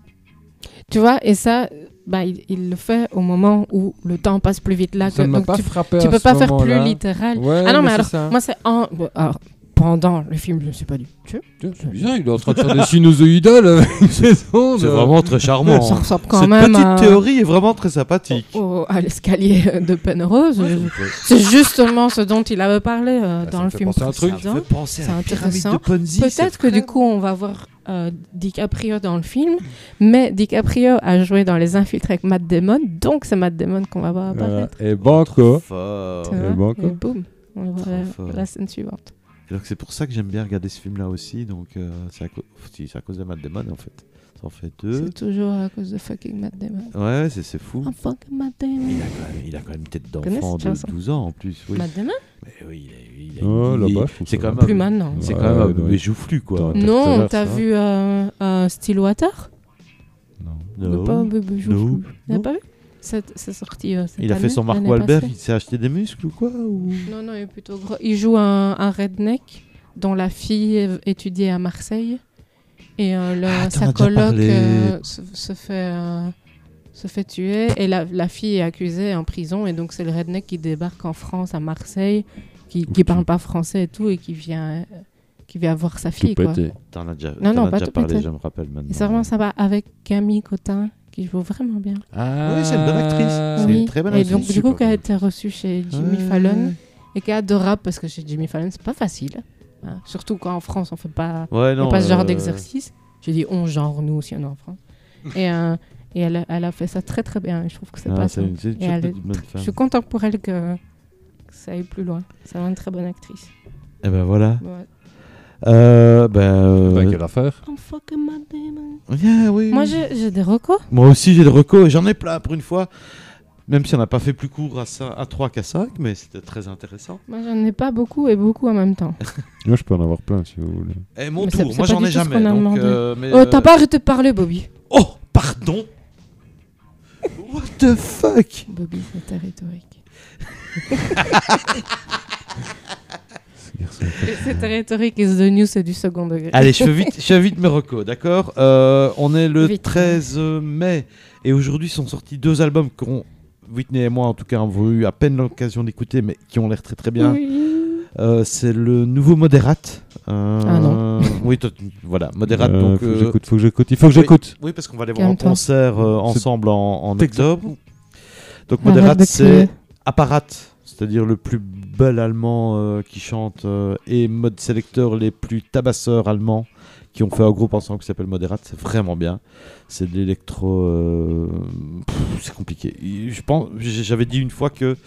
Tu vois, et ça, bah, il, il le fait au moment où le temps passe plus vite là. ça que, ne m'a donc pas tu, frappé. tu à peux ce pas faire plus moment-là. littéral. Ouais, ah non, mais, c'est alors, ça. moi, c'est en. bon, alors, pendant le film, je me suis pas dit. Tu vois, Tiens, C'est bizarre, il est en train de faire des euh, sinusoïdes avec ses ondes. C'est vraiment très charmant. ça hein. ressemble quand Cette même euh, petite à, théorie est vraiment très sympathique. au- à l'escalier de Penrose. Ouais, C'est justement ce dont il avait parlé Bah, euh, ça dans me le fait film penser à un truc. précédent. Ça fait penser c'est à la pyramide de intéressant. Ponzi. Peut-être que du coup, on va voir euh, DiCaprio dans le film, mais DiCaprio a joué dans Les Infiltrés avec Matt Damon, donc c'est Matt Damon qu'on va voir Voilà. apparaître. Euh, Et banco. Tu Ah, et vois, bon, quoi. et boum, on le voit Trop la- fort. la scène suivante. Alors que c'est pour ça que j'aime bien regarder ce film-là aussi. Donc euh, c'est à, cau- si, c'est à cause de Matt Damon en fait. Ça en fait deux. C'est toujours à cause de fucking Matt Damon. Ouais, c'est, c'est fou. Oh, fucking Matt Il Damon. a quand même, il a quand même une tête connais d'enfant cette de chanson 12 ans en plus. Oui. Matt Damon Mais oui, il a, il a- Oh, il- là-bas, je trouve c'est ça quand même va. Plus un, maintenant. c'est Ouais, quand même un ouais. béjouflu quoi. Attends. Non, Interstellar, t'as ça. vu euh, euh, Stillwater Non. No. Pas un bébé No. joufflu. T'as Non. pas vu C'est c'est sorti euh, cette Il a fait année, son Mark l'année Wahlberg, passée. il s'est acheté des muscles ou quoi ou... Non, non, il est plutôt gros. Il joue un, un redneck dont la fille est- étudiait à Marseille. Et euh, le- Ah, t'en as sa déjà coloc parlé. euh, se, se fait, euh, se fait tuer. Et la, la fille est accusée en prison. Et donc, c'est le redneck qui débarque en France, à Marseille, qui, qui Ok. parle pas français et tout, et qui vient, euh, qui vient voir sa Tout fille. quoi. pété. T'en as déjà, t'en Non, non, as pas déjà tout parlé, pété. je me rappelle maintenant. Et c'est vraiment sympa avec Camille Cotin, qui joue vraiment bien. Ah, Oui, c'est une bonne actrice. C'est Ah Oui. une très bonne et actrice. donc, du coup, Super qui a bonne. été reçue chez Jimmy Ouais. Fallon. et qui est adorable parce que chez Jimmy Fallon, c'est pas facile. hein. Surtout quand en France, on fait pas, Ouais, on fait non. pas ce genre euh, d'exercice. Je dis on genre, nous aussi, on est en France. et euh, et elle, a- elle a fait ça très très bien. et Je trouve que c'est ah, pas c'est ça. une- c'est une Et elle super bonne Je femme. suis contente pour elle que, que ça aille plus loin. C'est vraiment une très bonne actrice. Eh ben voilà. Ouais. Euh, ben, euh, Bah, quelle affaire I'm fucking my baby. yeah, oui. Moi, j'ai j'ai des recos. Moi aussi, j'ai des recos et j'en ai plein pour une fois. Même si on n'a pas fait plus court à, cin- à 3 qu'à 5, mais c'était très intéressant. Moi, j'en ai pas beaucoup et beaucoup en même Euh, temps. Moi, je peux en avoir plein si vous voulez. Et mon Mais c'est- tour, c'est moi pas j'en du ai tout ce jamais. qu'on a donc, demandé. euh, mais, Oh, t'as euh, pas arrêté de parler, Bobby. Oh, pardon What the fuck Bobby, c'est ta rhétorique. Ce garçon est pas- Cette rhétorique is the new, c'est du second degré. Allez, je fais vite, je fais vite mes recos, d'accord Euh, On est le Vite. 13 mai et aujourd'hui sont sortis deux albums qu'ont Whitney et moi en tout cas avons eu à peine l'occasion d'écouter, mais qui ont l'air très très bien. Oui. Euh, c'est le nouveau Moderate. Euh, Ah non. Oui, toi, tu- voilà, Moderate. Euh, donc, faut que euh, j'écoute, faut que j'écoute. Il faut que oui. j'écoute. oui, parce qu'on va les voir en Calme-toi. concert euh, ensemble en, en octobre. Donc Arrête de Moderate, crier. c'est Apparat, c'est-à-dire le plus bel allemand euh, qui chante, euh, et Mode Selector, les plus tabasseurs allemands, qui ont fait un groupe ensemble qui s'appelle Moderat. C'est vraiment bien. C'est de l'électro. euh, pff, C'est compliqué. Il- Je pense, j- j'avais dit une fois que.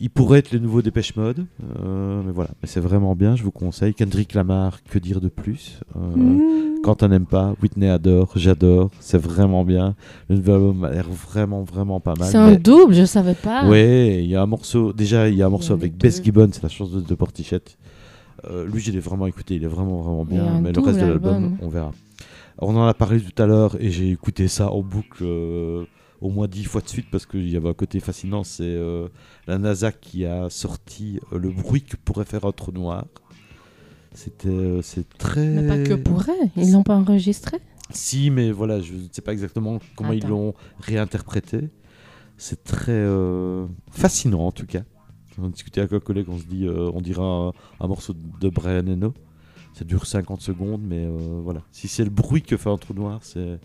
Il pourrait être le nouveau Dépêche Mode, euh, mais voilà, mais c'est vraiment bien, je vous conseille. Kendrick Lamar, que dire de plus Euh, Mmh. quand on n'aime pas, Whitney adore, j'adore, c'est vraiment bien. Le nouvel album a l'air vraiment, vraiment pas mal. C'est un Bah, mais- double, je savais pas. Ouais, il y a un morceau. Déjà, il y a un morceau en a avec deux. Bess Gibbon, c'est la chance de, de Portichette. Euh, lui, je l'ai vraiment écouté, il est vraiment, vraiment Il y a bien. un Mais le reste de double l'album, album. on verra. On en a parlé tout à l'heure et j'ai écouté ça en boucle euh, au moins dix fois de suite parce qu'il y avait un côté fascinant. C'est euh, la NASA qui a sorti euh, le bruit que pourrait faire un trou noir. C'était euh, c'est très. Mais pas que pour elle, ils l'ont pas enregistré. Si, mais voilà, je ne sais pas exactement comment ils Attends. l'ont réinterprété. C'est très euh, fascinant en tout cas. On discutait avec un collègue, on se dit, euh, on dira un, un morceau de Brian Eno. Ça dure 50 secondes, mais euh, voilà. Si c'est le bruit que fait un trou noir, c'est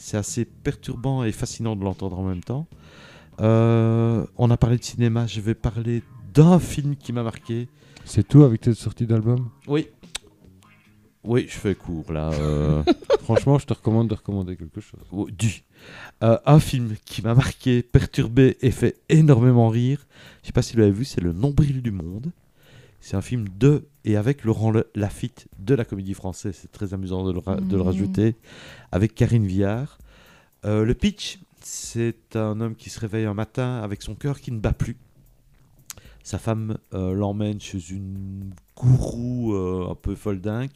c'est assez perturbant et fascinant de l'entendre en même temps. Euh, on a parlé de cinéma, je vais parler d'un film qui m'a marqué. C'est tout avec tes sorties d'album Oui. Oui, je fais court là. euh. Franchement, je te recommande de recommander quelque chose. Oh, du. Euh, un film qui m'a marqué, perturbé et fait énormément rire. Je sais pas si vous l'avez vu, c'est Le Nombril du Monde. C'est un film de et avec Laurent Le- Lafitte de la comédie française. C'est très amusant de le, ra- de le Mhm. rajouter. Avec Karine Viard. Euh, le pitch, c'est un homme qui se réveille un matin avec son cœur qui ne bat plus. Sa femme euh, l'emmène chez une gourou euh, un peu folle dingue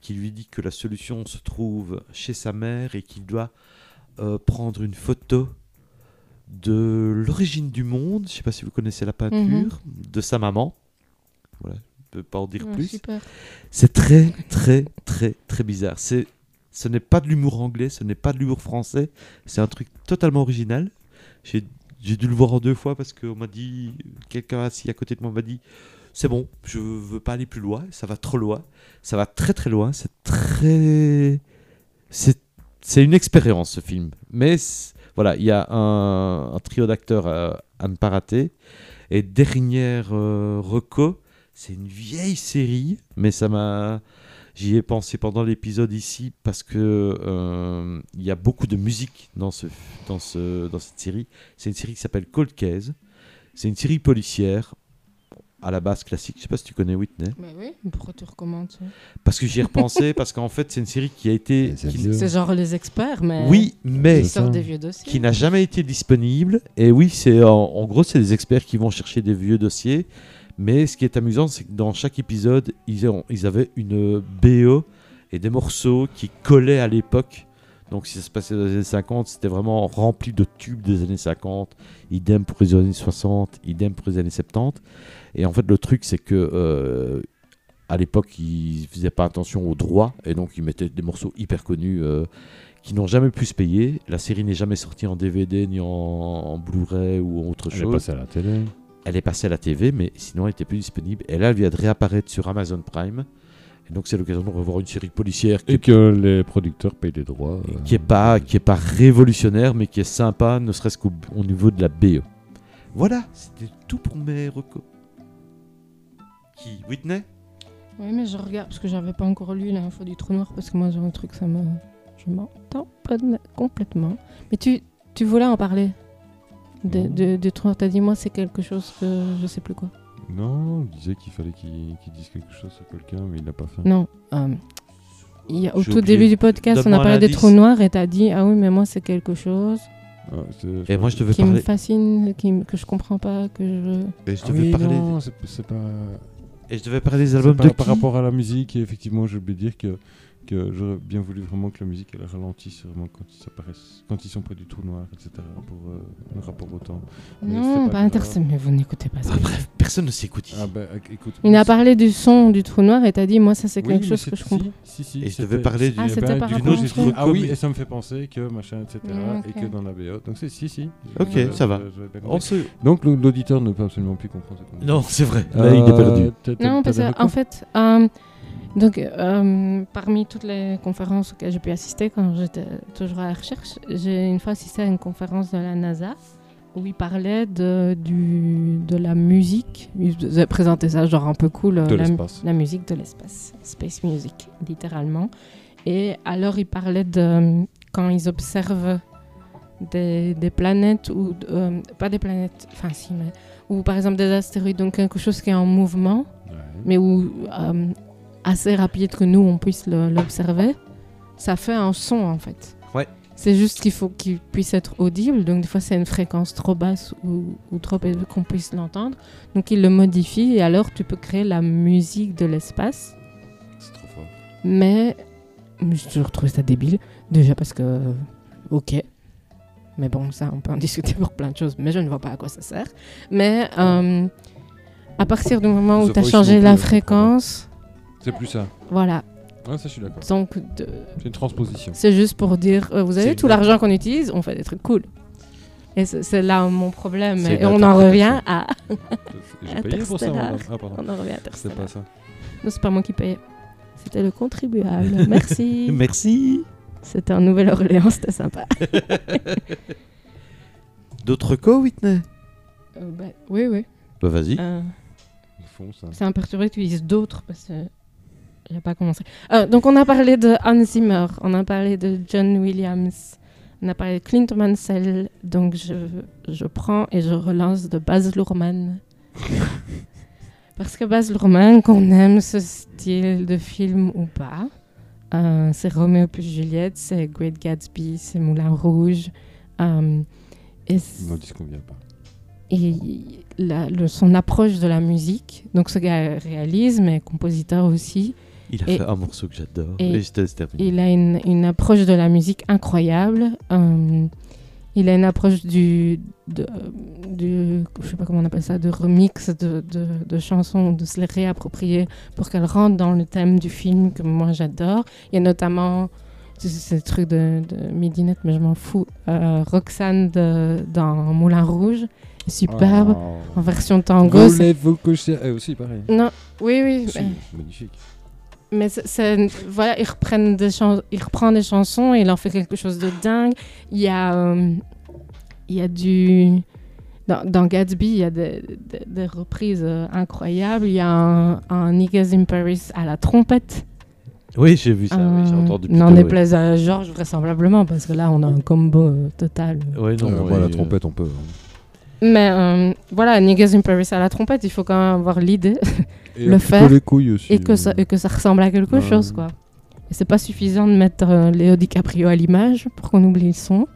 qui lui dit que la solution se trouve chez sa mère et qu'il doit euh, prendre une photo de l'origine du monde, je sais pas si vous connaissez la peinture, de sa maman. Voilà, je peux pas en dire Ouais, plus. super. C'est très, très, très, très bizarre. C'est, ce n'est pas de l'humour anglais, ce n'est pas de l'humour français. C'est un truc totalement original. J'ai, j'ai dû le voir en deux fois parce qu'on m'a dit, quelqu'un assis à côté de moi m'a dit, c'est bon, je veux pas aller plus loin, ça va trop loin, ça va très très loin, c'est très, c'est, c'est une expérience ce film. Mais c'est- voilà, il y a un, un trio d'acteurs à, à ne pas rater. Et dernière euh, reco, c'est une vieille série, mais ça m'a. J'y ai pensé pendant l'épisode ici parce que euh, il y a beaucoup de musique dans, ce, dans, ce, dans cette série. C'est une série qui s'appelle Cold Case. C'est une série policière à la base classique. Je sais pas si tu connais Whitney. Mais oui, pourquoi tu recommandes ça Parce que j'y ai repensé parce qu'en fait c'est une série qui a été. Mais c'est qui- vieux. C'est genre les experts, mais. oui, mais Ils ça. sortent des vieux dossiers. qui n'a jamais été disponible. Et oui, c'est en, en gros, c'est des experts qui vont chercher des vieux dossiers. Mais ce qui est amusant, c'est que dans chaque épisode, ils, ont- ils avaient une BO et des morceaux qui collaient à l'époque. Donc si ça se passait dans les années 50, c'était vraiment rempli de tubes des années 50. Idem pour les années 60, idem pour les années 70. Et en fait, le truc, c'est que euh, à l'époque, ils faisaient pas attention aux droits et donc ils mettaient des morceaux hyper connus euh, qui n'ont jamais pu se payer. La série n'est jamais sortie en DVD ni en, en Blu-ray ou en autre Je chose. passe à la télé. Elle est passée à la TV, mais sinon elle était plus disponible. Et là, elle vient de réapparaître sur Amazon Prime. Et donc c'est l'occasion de revoir une série policière qui Et que les producteurs payent les droits. et euh, qui est pas qui est pas révolutionnaire mais qui est sympa ne serait-ce qu'au au niveau de la BE. Voilà, c'était tout pour mes recos. Qui Whitney Oui, mais je regarde parce que j'avais pas encore lu l'info du trou noir parce que moi j'ai un truc, ça me. Je m'entends pas de- complètement. Mais tu, tu voulais en parler de, de, du trou noir. T'as dit, moi c'est quelque chose que je sais plus quoi. Non, il disait qu'il fallait qu'il qu'il dise quelque chose à quelqu'un, mais il l'a pas fait. Non. euh, il y a- au J'ai tout oublié. début du podcast, on Donne-moi a un parlé des indice. trous noirs et t'as dit Ah oui, mais moi, c'est quelque chose Ah, c'est- Et moi, je devais qui me parler. fascine, qui me- que je comprends pas, que je. Et je Ah devais oui, parler. non, c'est c'est pas. Et je devais parler des C'est albums par, de par qui rapport à la musique, et effectivement, je vais dire que, que j'aurais bien voulu vraiment que la musique elle ralentisse vraiment quand ils apparaissent, quand ils sont près du trou noir, etc. pour euh, le rapport au temps. Mais Non, bah, c'est pas pas intéressant, mais vous n'écoutez pas ça. Ah, bref, personne ne s'écoute. Ah bah, éc- écoute. Il a parlé du son du trou noir et t'as dit Moi, ça, c'est Oui, quelque mais chose c'est- que je si, comprends. Si, si, Et je c'était- devais parler du- Ah, c'était ben, par du- rapport j'ai au trouvé- truc. Ah oui, Comme- et ça me fait penser que machin, etc. Mm, ok. Et que dans la BO. Donc c'est si, si. Ok, Je- ça va. je- je- je- On se... Donc le- l'auditeur ne peut absolument plus comprendre cette conversation. Non, c'est vrai. Là, il est perdu. Euh, t'as- t'as- Non, t'as parce des que, en recours fait, euh, donc, euh, parmi toutes les conférences auxquelles j'ai pu assister quand j'étais toujours à la recherche, j'ai une fois assisté à une conférence de la NASA où ils parlaient de, du, de la musique. Ils avaient présenté ça genre un peu cool, euh, de la, l'espace. la musique de l'espace, space music, littéralement. Et alors, ils parlaient de quand ils observent des, des planètes, ou de- euh, pas des planètes, enfin si, mais, ou par exemple des astéroïdes, donc quelque chose qui est en mouvement, Ouais. mais où euh, assez rapide que nous on puisse le- l'observer, ça fait un son en fait. Ouais. C'est juste qu'il faut qu'il puisse être audible, donc des fois c'est une fréquence trop basse ou, ou trop élevée qu'on puisse l'entendre, donc il le modifie et alors tu peux créer la musique de l'espace, C'est trop fort. mais je toujours trouvé ça débile, déjà parce que ok. Mais bon, ça, on peut en discuter pour plein de choses, mais je ne vois pas à quoi ça sert. Mais euh, à partir du moment où The tu as Voice changé non plus, hein, la je comprends pas. fréquence, C'est plus ça. voilà, Ouais, ça, je suis d'accord. donc de- C'est une transposition. c'est juste pour dire, euh, vous avez C'est tout une- l'argent qu'on utilise, on fait des trucs cool. Et c'est c'est là mon problème. C'est Et une on en revient à... J'ai payé pour ça, Interstellar. madame. Ah, pardon. On en revient à C'est Interstellar. pas ça. Non, c'est pas moi qui payais. C'était le contribuable. Merci. Merci. C'était un Nouvelle-Orléans, c'était sympa. D'autres co, Whitney Euh, bah, oui, oui. Bah, vas-y. Euh, Ils font ça. c'est imperturbé que tu dises d'autres parce que j'ai pas commencé. Euh, donc on a parlé de Hans Zimmer, on a parlé de John Williams, on a parlé de Clint Mansell. Donc je, je prends et je relance de Baz Luhrmann. parce que Baz Luhrmann, qu'on aime ce style de film ou pas, euh, c'est Roméo plus Juliette, c'est Great Gatsby, c'est Moulin Rouge. euh, et Ils m'ont dit ce qu'on vient pas. et la- le- son approche de la musique. Donc ce gars réalise, mais compositeur aussi. Il a et- fait un morceau que j'adore. et- Et, je te laisse terminer. Il a une, une approche de la musique incroyable. Euh, il a une approche du, de- du- je sais pas comment on appelle ça, de remix de, de, de chansons, de se les réapproprier pour qu'elles rentrent dans le thème du film que moi j'adore. Il y a notamment c'est- c'est le truc de, de Midinette, mais je m'en fous. euh, Roxane de- dans Moulin Rouge, superbe. Oh. En version tango, c'est- Ah. Bah. Voulez-vous coucher Eh, aussi, pareil. Non, oui, oui. Si, mais- magnifique. Mais c'est- c'est- voilà, il, reprennent des chans- il reprend des chansons et il en fait quelque chose de dingue. Il y a, euh, il y a du... Dans, dans Gatsby, il y a des, des- des reprises euh, incroyables. Il y a un, un Niggas in Paris à la trompette. Oui, j'ai vu ça. oui, j'ai Euh, entendu. plus N'en tôt, ouais. déplaise à Georges, vraisemblablement, parce que là, on a un combo euh, total. Ouais, non, Euh, ouais, bah, la euh, trompette, on peut. hein. Mais euh, voilà, Niggas in Paris à la trompette, il faut quand même avoir l'idée Et Le un petit peu faire les couilles aussi. euh, et que ça, et que ça ressemble à quelque Ouais. chose, quoi. Et c'est pas suffisant de mettre euh, Léo DiCaprio à l'image pour qu'on oublie le son.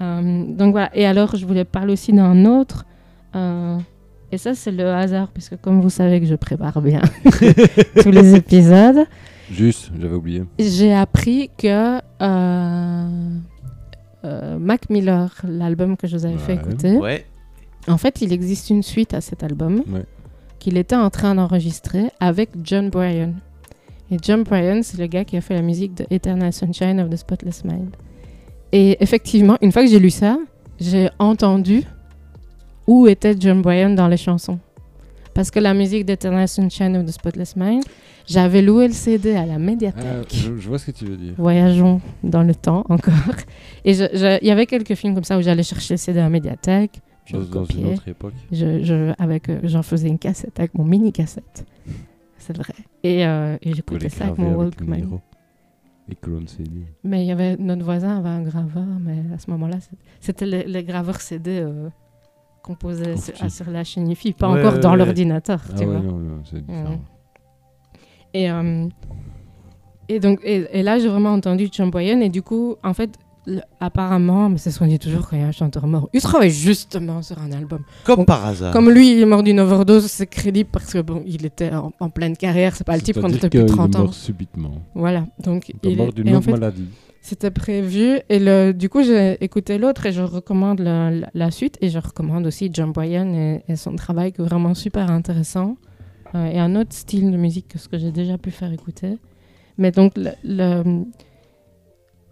Euh, donc voilà. Et alors, je voulais parler aussi d'un autre. euh, et ça, c'est le hasard, puisque comme vous savez que je prépare bien tous les épisodes, Juste, j'avais oublié. j'ai appris que euh, euh, Mac Miller, l'album que je vous avais fait Ouais. écouter, Ouais. en fait, il existe une suite à cet album Ouais. qu'il était en train d'enregistrer avec John Bryan. Et John Bryan, c'est le gars qui a fait la musique de Eternal Sunshine of the Spotless Mind. Et effectivement, une fois que j'ai lu ça, j'ai entendu où était John Bryan dans les chansons. Parce que la musique d'Eternal Sunshine of the Spotless Mind, j'avais loué le CD à la médiathèque. Ah, je, je vois ce que tu veux dire. Voyageons dans le temps encore. Et je- je- il y avait quelques films comme ça où j'allais chercher le CD à la médiathèque. Je Dans, le dans une copiais. autre époque. Je, je- avec, euh, j'en faisais une cassette avec mon mini cassette. C'est vrai. Et, euh, et j'écoutais ça avec mon Walkman. Et Clone CD. mais il y avait notre voisin avait un graveur, mais à ce moment-là, c'est- c'était les, les graveurs CD euh, composait sur, Confetti. sur la chaîne IFI, pas Ouais, encore ouais, dans ouais. l'ordinateur, Ah tu ouais, vois. Mm. non, non, c'est différent. Et, euh, et donc, et, et là, j'ai vraiment entendu Chamboyenne. Et du coup, en fait, le- apparemment, mais c'est ce qu'on dit toujours quand il y a un chanteur mort, il travaille justement sur un album. Comme par Euh. hasard. Comme lui, il est mort d'une overdose, c'est crédible parce que bon, il était en, en pleine carrière. C'est pas Bah, le type qu'on C'est-à-dire était depuis qu'il est 30 ans. mort subitement. Voilà. Donc, Il est il mort est, d'une et en autre fait, maladie. c'était prévu. Et le, du coup, j'ai écouté l'autre et je recommande la, la- la suite. Et je recommande aussi John Boyan et, et son travail qui est vraiment super intéressant. Euh, et un autre style de musique que ce que j'ai déjà pu faire écouter. Mais donc, le, le-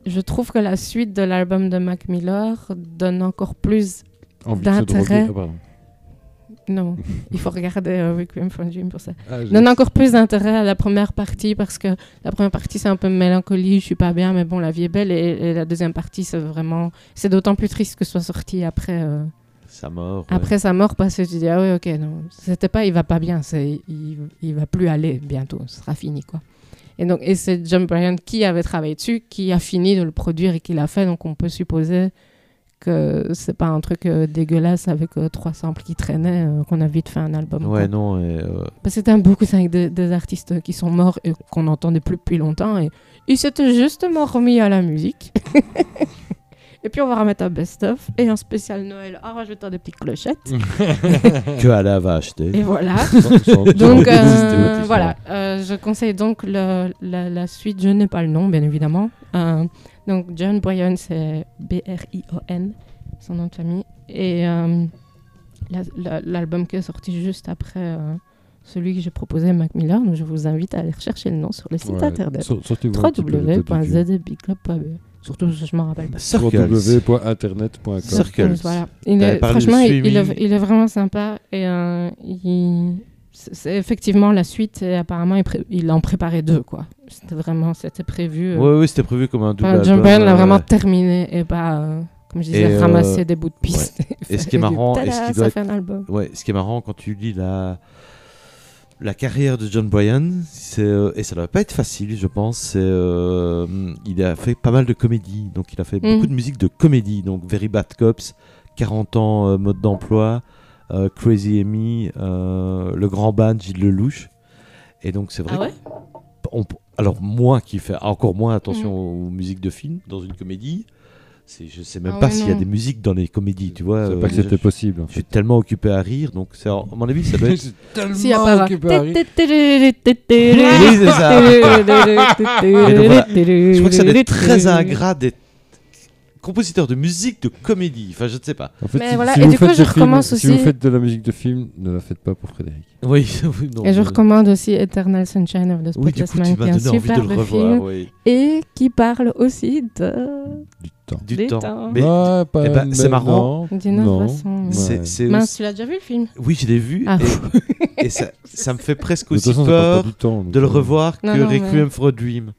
je trouve que la suite de l'album de Mac Miller donne encore plus. Envie de se droguer. d'intérêt. Ah, pardon. Non, il faut regarder euh, Requiem for a Dream pour ça. Ah, je- donne encore plus d'intérêt à la première partie parce que la première partie c'est un peu mélancolie, je suis pas bien, mais bon, la vie est belle. Et, et la deuxième partie c'est vraiment. C'est d'autant plus triste que ce soit sorti après, euh, Sa mort. ouais. après sa mort parce que tu dis, ah oui, ok, non, c'était pas il va pas bien, c'est il, il va plus aller bientôt, ce sera fini quoi. Et donc, et c'est John Bryan qui avait travaillé dessus, qui a fini de le produire et qui l'a fait, donc on peut supposer que c'est pas un truc euh, dégueulasse avec euh, trois samples qui traînaient, euh, qu'on a vite fait un album. quoi. Ouais, non. et, euh, Parce que c'était un beaucoup ça, avec des, des artistes qui sont morts et qu'on n'entendait plus depuis longtemps. Et ils s'étaient justement remis à la musique. et puis on va remettre un best-of et un spécial Noël en rajoutant des petites clochettes. que Allah va acheter. et voilà. Donc, Donc euh, voilà, Euh, je conseille donc le- la, la suite. Je n'ai pas le nom, bien évidemment. Euh, donc John Bryan, c'est B-R-I-O-N, son nom de famille. Et euh, la- la- l'album qui est sorti juste après euh, celui que j'ai proposé, Mac Miller. Donc je vous invite à aller rechercher le nom sur le site internet www.zdbclub.be. Surtout, je je m'en rappelle pas. Circles. www.internet.com. Circles. Voilà. Il T'avais est, parlé de franchement, il, il streaming. est, il est vraiment sympa et euh, il- c'est c'est effectivement la suite. Et apparemment, il, pré- il en préparait deux, quoi. C'était vraiment, c'était prévu. euh, Ouais, ouais, c'était prévu comme un double. enfin, John album, Bryan l'a euh, vraiment terminé et pas, euh, comme je disais, Et, euh, ramasser des bouts de piste. Et ce qui est marrant, et ce qui doit ça être- fait un album. Ouais, ce qui est marrant quand tu lis la, la carrière de John Bryan, c'est, euh, et ça ne doit pas être facile, je pense. c'est, euh, il a fait pas mal de comédies, donc il a fait Mhm. beaucoup de musique de comédie, donc Very Bad Cops, 40 ans euh, mode d'emploi, euh, Crazy Amy, euh, Le Grand Band, Gilles Lelouch. Et donc c'est vrai Ah ouais on p- alors moi qui fais encore moins attention aux musiques de films dans une comédie, c'est, je sais même Mm. Ah pas ouais, s'il y a non. des musiques dans les comédies, tu vois. C'est euh, pas que je- c'était possible. en je fait. suis tellement occupé à rire, donc c'est, à mon avis, ça doit être. J'ai tellement Si, à part. occupé à rire. oui, c'est ça. voilà. Je Je crois que ça doit être très ingrat d'être compositeur de musique de comédie. Enfin, je ne sais pas. En fait, Mais si- voilà, si et vous du coup, faites je des films- recommence Si vous aussi- faites de la musique de film, ne la faites pas pour Frédéric. Oui, oui, non, Et je euh, recommande aussi Eternal Sunshine of the Oui, du Spotless coup, tu Mind, qui est m'as un donné envie de le superbe film. revoir. oui. et qui parle aussi de... Du temps. Du Des temps. temps. Mais Ouais, pas- eh ben, c'est mais marrant. non, D'une autre non, façon, ouais. c'est, c'est Mince, aussi- tu l'as déjà vu le film Oui, je l'ai vu. Ah. Et, et ça, ça me fait presque De toute aussi façon, ça parle pas peur du temps, donc, de le euh, revoir que Non, non, mais- Requiem for a Dream.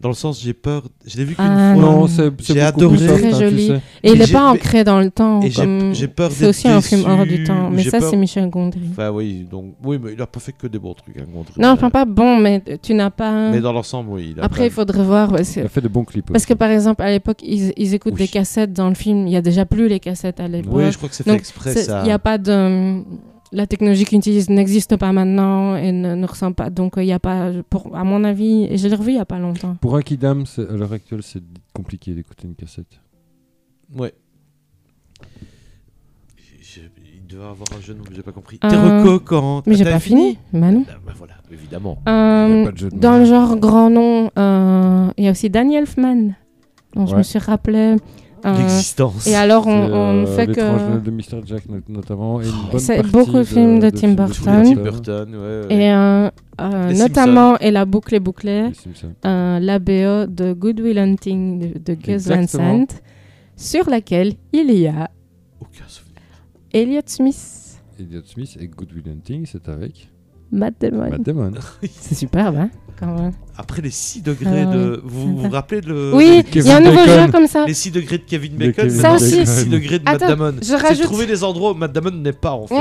Dans le sens, j'ai peur. Je l'ai vu qu'une Ah, fois. Non, c'est c'est J'ai beaucoup plus adoré. soft, Très hein, tu joli. sais. Et il Et n'est j'ai- pas mais- ancré dans le temps. et j'ai- comme- j'ai peur C'est d'être aussi un film hors du déçu, temps. ou Mais j'ai ça, peur- c'est Michel Gondry. Enfin, oui, donc, oui, mais il a pas fait que des bons trucs. hein, Gondry. Non, je ne pas bon, mais tu n'as pas... Mais dans l'ensemble, oui. Il a Après, il pas- faudrait voir. Parce que, Il a fait de bons clips. parce aussi. que par exemple, à l'époque, ils, ils écoutent Oui. des cassettes dans le film. Il n'y a déjà plus les cassettes à Oui, l'époque. je crois que c'est fait Donc, exprès, C'est- ça. Il n'y a pas de. La technologie qu'ils utilisent n'existe pas maintenant et ne, ne ressent pas. Donc, euh, il n'y a pas, pour, à mon avis, et je l'ai revu il n'y a pas longtemps. Pour un kidam, c'est- à l'heure actuelle, c'est compliqué d'écouter une cassette. Ouais. Je- il devait avoir un jeune nom que j'ai pas compris. Euh, T'es reco quand Mais j'ai t'as pas fini, bah non. Ah, bah voilà, évidemment. Il y Euh, a pas de jeu de dans mots. le genre grand nom, euh, il y a aussi Daniel Elfman, dont je Ouais. me suis rappelé. euh, L'existence. et alors, on, C'est, on ne euh, fait L'étrange Noël que. de Oh, Mr. Jack, not- notamment. et une bonne c'est partie beaucoup de films de Tim Tim Burton. Burton, ouais, ouais. Et euh, euh, Les notamment, et la boucle est bouclée. Les Simpsons. euh, la BO de Good Will Hunting de, de Gus Van Exactement. Sant, sur laquelle il y a Aucun souvenir. Elliot Smith, Elliot Smith et Good Will Hunting, c'est avec Matt Damon. Matt Damon. C'est superbe, hein quand même. Après les 6 degrés Ah, de. Vous vous sympa. rappelez le. oui, il y a un Euh, Kevin nouveau Bacon. jeu comme ça. Les 6 degrés de Kevin De Bacon, Kevin maintenant, Ça c'est aussi. les 6 degrés de Matt Attends, Damon. je C'est rajoute- trouver des endroits où Matt Damon n'est pas en fait.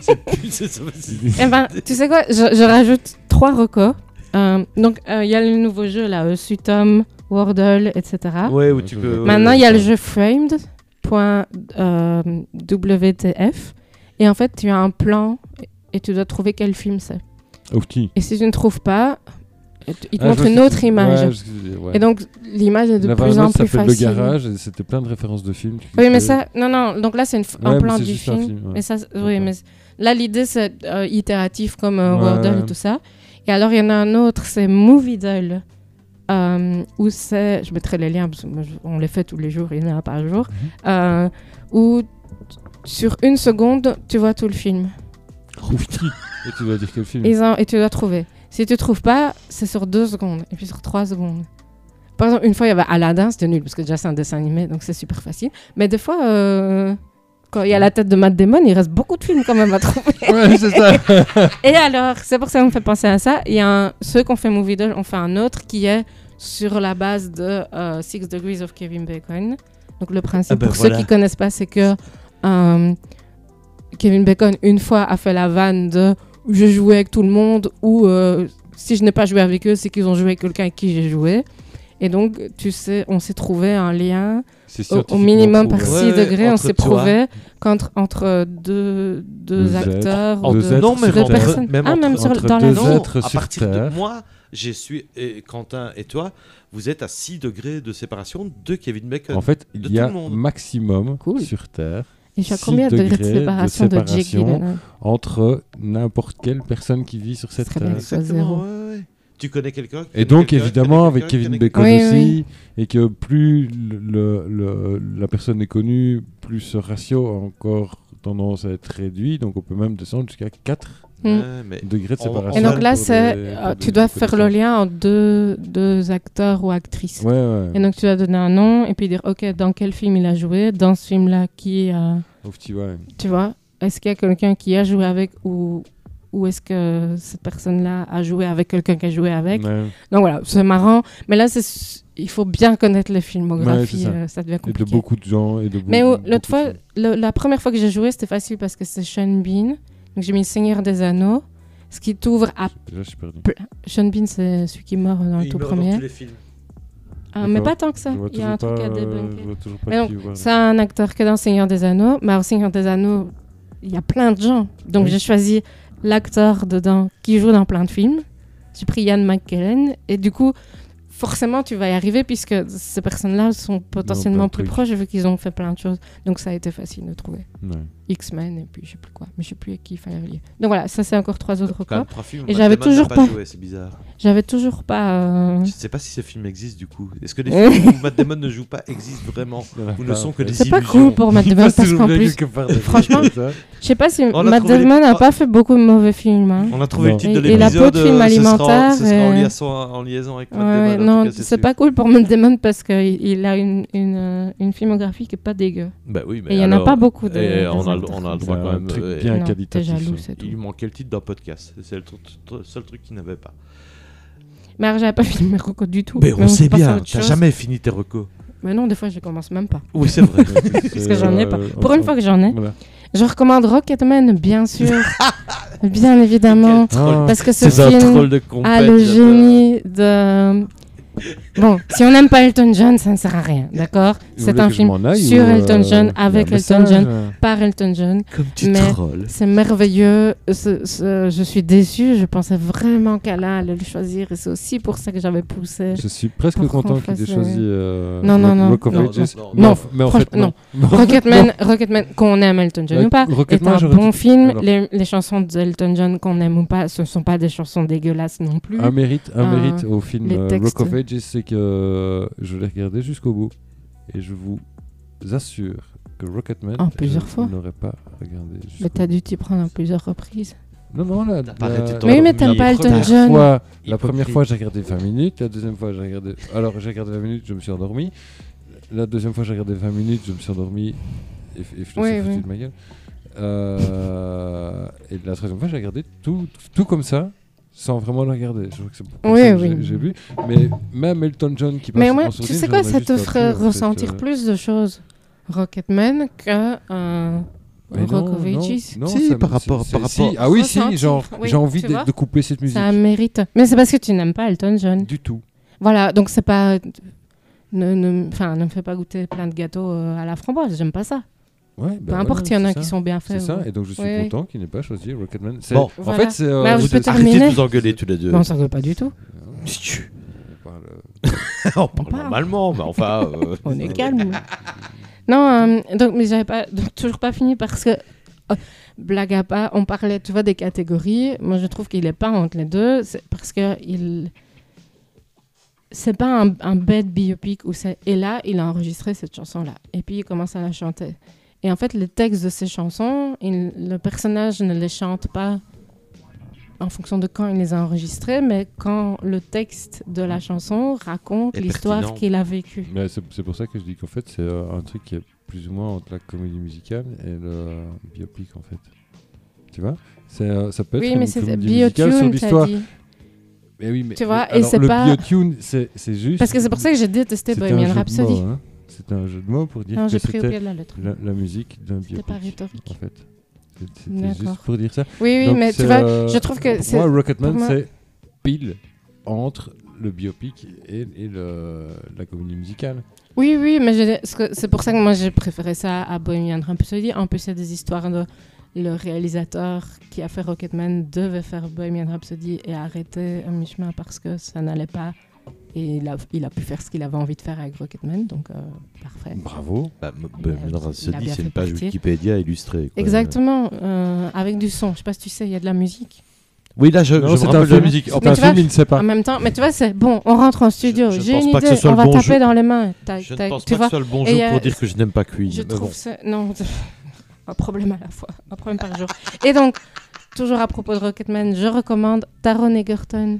c'est plus- c'est- c'est- Eh ben, tu sais quoi, je, je rajoute trois recos. Euh, donc, euh, il y a le nouveau jeu là, euh, Sutom, Wordle, etc. Ouais, où tu peux. Maintenant, il y a le ouais. jeu Framed.wtf Et en fait, tu as un plan et tu dois trouver quel film c'est. Oh, petit. Et si tu ne trouves pas, et tu- il te Ah, je montre vois une ce que- autre image. Ouais, je sais ce que tu dis, ouais. Et donc, l'image est Il de y en avait plus un en autre, plus ça s'appelle facile. Le Garage, et c'était plein de références de films. tu Oui, mais cliquais. ça, non, non, donc là, c'est une f- un Ouais, mais plan c'est du juste un film. film, ouais. Mais ça, c'est- oui, D'accord. mais c'est- là, l'idée, c'est euh, itératif comme euh, Ouais, Wordle ouais. et tout ça. Et alors, il y en a un autre, c'est Moviedle, euh, où c'est. Je mettrai les liens, parce que moi, je- on les fait tous les jours, il y en a un par jour. Mhm. euh, où t- sur une seconde, tu vois tout le film. Oh, putain. Et tu dois dire quel film. Ils ont- et tu dois trouver. Si tu trouves pas, c'est sur deux secondes, et puis sur trois secondes. Par exemple, une fois, il y avait Aladdin, c'était nul, parce que déjà, c'est un dessin animé, donc c'est super facile. Mais des fois, euh, quand il y a la tête de Matt Damon, il reste beaucoup de films quand même à trouver. Ouais, c'est ça. Et alors, c'est pour ça qu'on me fait penser à ça. Il y a un, ceux qu'on fait Movie Doll, on fait un autre qui est sur la base de euh, Six Degrees of Kevin Bacon. Donc le principe, Ah ben pour voilà. ceux qui connaissent pas, c'est que euh, Kevin Bacon, une fois, a fait la vanne de « je jouais avec tout le monde » ou euh, si je n'ai pas joué avec eux, c'est qu'ils ont joué avec quelqu'un avec qui j'ai joué ». Et donc, tu sais, on s'est trouvé un lien C'est au- au, scientifiquement minimum par prouvé. 6 Ouais, ouais, degrés. On entre s'est toi. prouvé qu'entre entre euh, deux, deux Deux êtres. acteurs... Entre ou deux deux- êtres non, mais sur entre- Terre. personnes. même Ah, entre- même sur- entre dans deux la êtres non, à sur partir Terre. de moi, je suis et Quentin et toi, vous êtes à 6 degrés de séparation de Kevin Bacon. En fait, de il y a tout le monde. maximum Cool. sur Terre Et je suis à Six combien de degrés de degrés de séparation de, Jake séparation. Gyllenhaal entre n'importe quelle personne qui vit sur cette Très bien. Terre. Exactement, zéro. ouais, ouais. Tu connais quelqu'un tu Et connais donc, quelqu'un, tu évidemment, connais avec quelqu'un, Kevin tu connais Bacon Oui, aussi, et que plus le- le- le- la personne est connue, plus ce ratio a encore tendance à être réduit, donc on peut même descendre jusqu'à 4 Hmm. Ouais, mais degrés de On- on séparation. Et donc là, pour c'est, des- euh, pour tu des- dois pour faire des le personnes. lien entre deux, deux acteurs ou actrices. Ouais, ouais. Et donc tu dois donner un nom et puis dire, OK, dans quel film il a joué, dans ce film-là, qui a... Au petit, ouais. Tu vois, est-ce qu'il y a quelqu'un qui a joué avec ou, ou est-ce que cette personne-là a joué avec quelqu'un qui a joué avec Ouais. Donc voilà, c'est marrant. Mais là, c'est, s- il faut bien connaître les filmographies, Ouais, c'est ça. euh, ça. devient Et de compliqué. beaucoup de gens. Et de Mais beaucoup- euh, beaucoup de l'autre fois, gens. le- la première fois que j'ai joué, c'était facile parce que c'est Sean Bean. Donc j'ai mis Seigneur des Anneaux, ce qui t'ouvre à. Là, je suis perdu. Sean Bean, c'est celui qui meurt dans le il tout meurt dans premier. tous les films. Ah, mais D'accord. pas tant que ça. Je vois Il y a un toujours truc pas, à euh, débunker. je vois toujours Mais pas non, qui, voilà. C'est un acteur que dans Seigneur des Anneaux. Mais au Seigneur des Anneaux, il y a plein de gens. Donc Oui. j'ai choisi l'acteur dedans qui joue dans plein de films. J'ai pris Ian McKellen. Et du coup, forcément, tu vas y arriver puisque ces personnes-là sont plein potentiellement de plus trucs. proches vu qu'ils ont fait plein de choses. Donc ça a été facile de trouver. Ouais. X-Men et puis je sais plus quoi, mais je sais plus à qui il fallait relier. Donc voilà, ça c'est encore trois autres Quand records. même, trois films, Et Matt j'avais Damon n'a toujours pas- joué, c'est bizarre. J'avais toujours pas. euh, Je sais pas si ces films existent du coup. Est-ce que les films où Matt Damon ne joue pas existent vraiment Ou ne sont que des C'est pas illusions. cool pour Matt Damon parce qu'en plus, franchement, je sais pas si On a Matt trouvé les Damon n'a trois- pas fait beaucoup de mauvais films. hein. On a trouvé Non. le titre de Et- et la l'épisode. peau de film euh, ce sera- alimentaire, Ce sera en euh, liaison, en liaison avec Matt Ouais, Damon. ouais, en tout non, cas, c'est c'est sûr. pas cool pour Matt Damon parce qu'il il a une, une, euh, une filmographie qui est pas dégueu. Bah oui, mais Et il y en a alors- pas beaucoup de- et de on, a, le- acteurs on a le comme droit ça. quand même. Un truc euh, bien Non, t'es qualitatif, jaloux, ça. c'est tout. Il lui manquait le titre d'un podcast. C'est le tru- tru- seul truc qu'il n'avait pas. Mais alors, j'avais pas filmé mes recos du tout. Mais on sait passe à bien, autre t'as chose. jamais fini tes recos. Mais non, des fois je commence même pas. Oui, c'est vrai. Parce que j'en ai pas. euh, Pour une fois que j'en ai, je recommande Rocketman, bien sûr. bien évidemment. Ah. Parce que Ah. ce C'est un film. troll de compète. Ah, le j'adore. génie de. Bon, si on n'aime pas Elton John, ça ne sert à rien, d'accord C'est un film sur euh, euh, Elton John, avec Elton John, par Elton John. Comme tu Mais- trolls. C'est merveilleux. Ce- ce- je suis déçue. Je pensais vraiment qu'Alain allait le choisir. Et c'est aussi pour ça que j'avais poussé. Je suis presque Pour qu'on content qu'il ait fasse, euh, choisi. Non, non, non. Rock of Ah, Non, non, Ages. non, Mais non. en f- mais en fait, Franchement, non. Rocketman, Rocketman qu'on aime Elton John Ouais, ou pas, Rocketman, est un j'aurais bon dit- film. alors. Les, les chansons d'Elton John qu'on aime ou pas, ce ne sont pas des chansons dégueulasses non plus. Un mérite, un Euh, mérite au film les euh, textes. Rock of Ages, c'est que euh, je l'ai regardé jusqu'au bout. Et je vous assure que Rocketman, En Oh, plusieurs je fois. n'aurais pas regardé jusqu'au Mais t'as bout. dû t'y prendre à plusieurs reprises. Non, non, la, T'as pas arrêté la, ton Mais oui, mais Dormi. t'aimes pas Elton première John. fois- la Hypocrite. première fois, j'ai regardé 20 minutes. La deuxième fois, j'ai regardé. Alors, j'ai regardé 20 minutes, je me suis endormi. La deuxième fois, j'ai regardé 20 minutes, je me suis endormi. Et, f- et je Oui, me suis foutu oui. de ma gueule. Euh, et la troisième fois, j'ai regardé tout, tout comme ça, sans vraiment le regarder. Je crois que c'est pour Oui, ça que oui. j'ai- J'ai vu. Mais même Elton John qui passe Mais en moi, tu sourdine, sais quoi, j'aurais ça juste te pas ferait pu, en fait, ressentir euh. plus de choses Rocketman que euh, Mais non, Rock of non, Ages. non, Si, ça me- par c'est- rapport- c'est- par si, rapport- Ah oui, si, Ressentir, genre, oui, j'ai envie tu de, vois. de couper cette musique. Ça mérite. Mais c'est parce que tu n'aimes pas Elton John. Du tout. Voilà, donc c'est pas. Ne, ne, enfin, ne me fais pas goûter plein de gâteaux euh, à la framboise, j'aime pas ça. Bah Ouais, Peu importe, il y en a qui sont bien C'est faits. ça, ouais. et donc je suis Ouais, ouais. content qu'il n'ait pas choisi Rocketman. C'est- Bon. En Voilà. fait, c'est. euh, Mais Vous je peux deux, arrêtez de Ah, terminer vous engueuler tous les deux. Non, ça ne veut pas du tout. Chut. on parle, euh, on On parle parle. normalement, mais enfin. euh, On est calme. non, euh, donc, mais j'avais pas, donc, toujours pas fini parce que, oh, blague à part, on parlait, tu vois, des catégories. Moi, je trouve qu'il est pas entre les deux c'est parce que il. C'est pas un, un bête biopic où c'est. Et là, il a enregistré cette chanson-là. Et puis, il commence à la chanter. Et en fait, les textes de ces chansons, il- le personnage ne les chante pas en fonction de quand il les a enregistrés, mais quand le texte de la chanson raconte Est l'histoire pertinent. qu'il a vécue. Mais c'est c'est pour ça que je dis qu'en fait, c'est euh, un truc qui est plus ou moins entre la comédie musicale et le biopic, en fait. Tu vois C'est, euh, Ça peut être Oui, une mais c'est comédie musicale sur Biotune, t'as l'histoire. dit. Mais oui, mais Tu vois, le- et alors, c'est le pas- biotune, c'est c'est juste... Parce que c'est pour ça que j'ai détesté c'était un Bohemian jeu de Rhapsody. mots, hein. C'était un jeu de mots pour dire Non, que j'ai pris au c'était pied de la lettre. la, la musique d'un C'était biopic, pas en rhétorique. fait. C'est- C'était juste D'accord. pour dire ça. Oui, oui, Donc, mais tu c'est, vois, euh, je trouve que pour c'est. moi, Rocketman, pour moi- c'est pile entre le biopic et, et le, la comédie musicale. Oui, oui, mais je- ce que- c'est pour ça que moi j'ai préféré ça à Bohemian Rhapsody. En plus, il y a des histoires de. Le réalisateur qui a fait Rocketman devait faire Bohemian Rhapsody et a arrêté à mi-chemin parce que ça n'allait pas. Et il a, il a pu faire ce qu'il avait envie de faire avec Rocketman, donc euh, parfait. Bravo. bah, m- Il a- bah, Mendra se il a dit, bien c'est fait une page partir. Wikipédia illustrée. quoi. Exactement, euh, avec du son. Je sais pas si tu sais, il y a de la musique. Oui, là, je, Euh, je me rappelle de la musique. C'est Mais un tu vois, film, il ne sait pas. En même temps, mais tu vois, c'est bon, on rentre en studio. Je- je J'ai pense une pas que idée, ce soit on le va bon taper jeu. dans les mains. Tac, Je ne tac. pense tu pas que vois, ce soit le bon Et jeu il y a- pour dire que je n'aime pas Queen. je mais bon. trouve ça. Non, un problème à la fois, un problème par jour. Et donc, toujours à propos de Rocketman, je recommande Taron Egerton,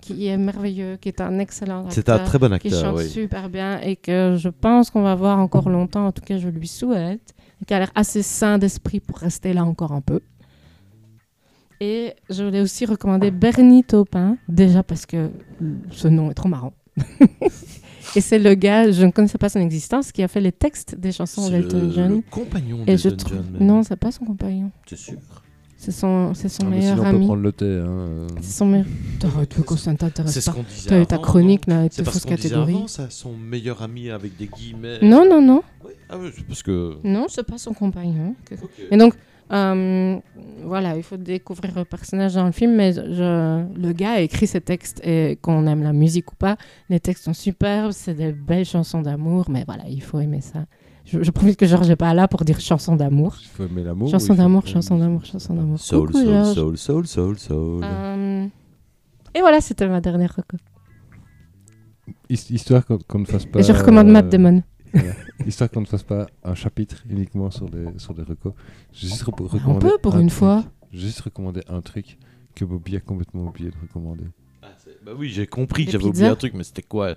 qui est merveilleux, qui est un excellent acteur. C'est un très bon qui acteur, chante oui. super bien et que je pense qu'on va voir encore longtemps, en tout cas je lui souhaite, et qui a l'air assez sain d'esprit pour rester là encore un peu. Et je voulais aussi recommander Bernie Taupin, déjà parce que ce nom est trop marrant. et c'est le gars, je ne connaissais pas son existence, qui a fait les textes des chansons C'est le, d'Elton John. le compagnon Et je d'Elton trouve... John. même. Non, c'est pas son compagnon. T'es sûr C'est son, c'est son Ah, mais meilleur sinon, on peut ami. prendre le thé. hein, euh. C'est son meilleur... T'aurais tout que ça ne t'intéresse C'est ce pas. qu'on disait. T'as eu ta avant, non chronique, là, avec tes C'est parce fausses qu'on disait catégories. avant, ça, son meilleur ami avec des guillemets. Non, non, non. Oui, ah oui, c'est parce que. Non, c'est pas son compagnon. Ok. Et donc, euh, voilà, il faut découvrir le personnage dans le film, mais je- le gars a écrit ses textes, et qu'on aime la musique ou pas, les textes sont superbes, c'est des belles chansons d'amour, mais voilà, il faut aimer ça. Je, je profite que Georges n'est pas là pour dire chanson d'amour. Il faut aimer l'amour. Chanson il faut d'amour, aimer- chanson d'amour, chanson d'amour. Soul, Coucou, soul, Georges. soul, soul, soul, soul. Euh, et voilà, c'était ma dernière reco. His- Histoire qu'on qu'on ne fasse pas. Et je recommande Matt euh, Damon. Histoire qu'on ne fasse pas un chapitre uniquement sur des sur des recos. J'ai juste re- On recommandé peut pour un une truc. fois. J'ai juste recommandé un truc que Bobby a complètement oublié de recommander. Ah, c'est- bah oui, j'ai compris que Des j'avais oublié pizzas un truc, mais c'était quoi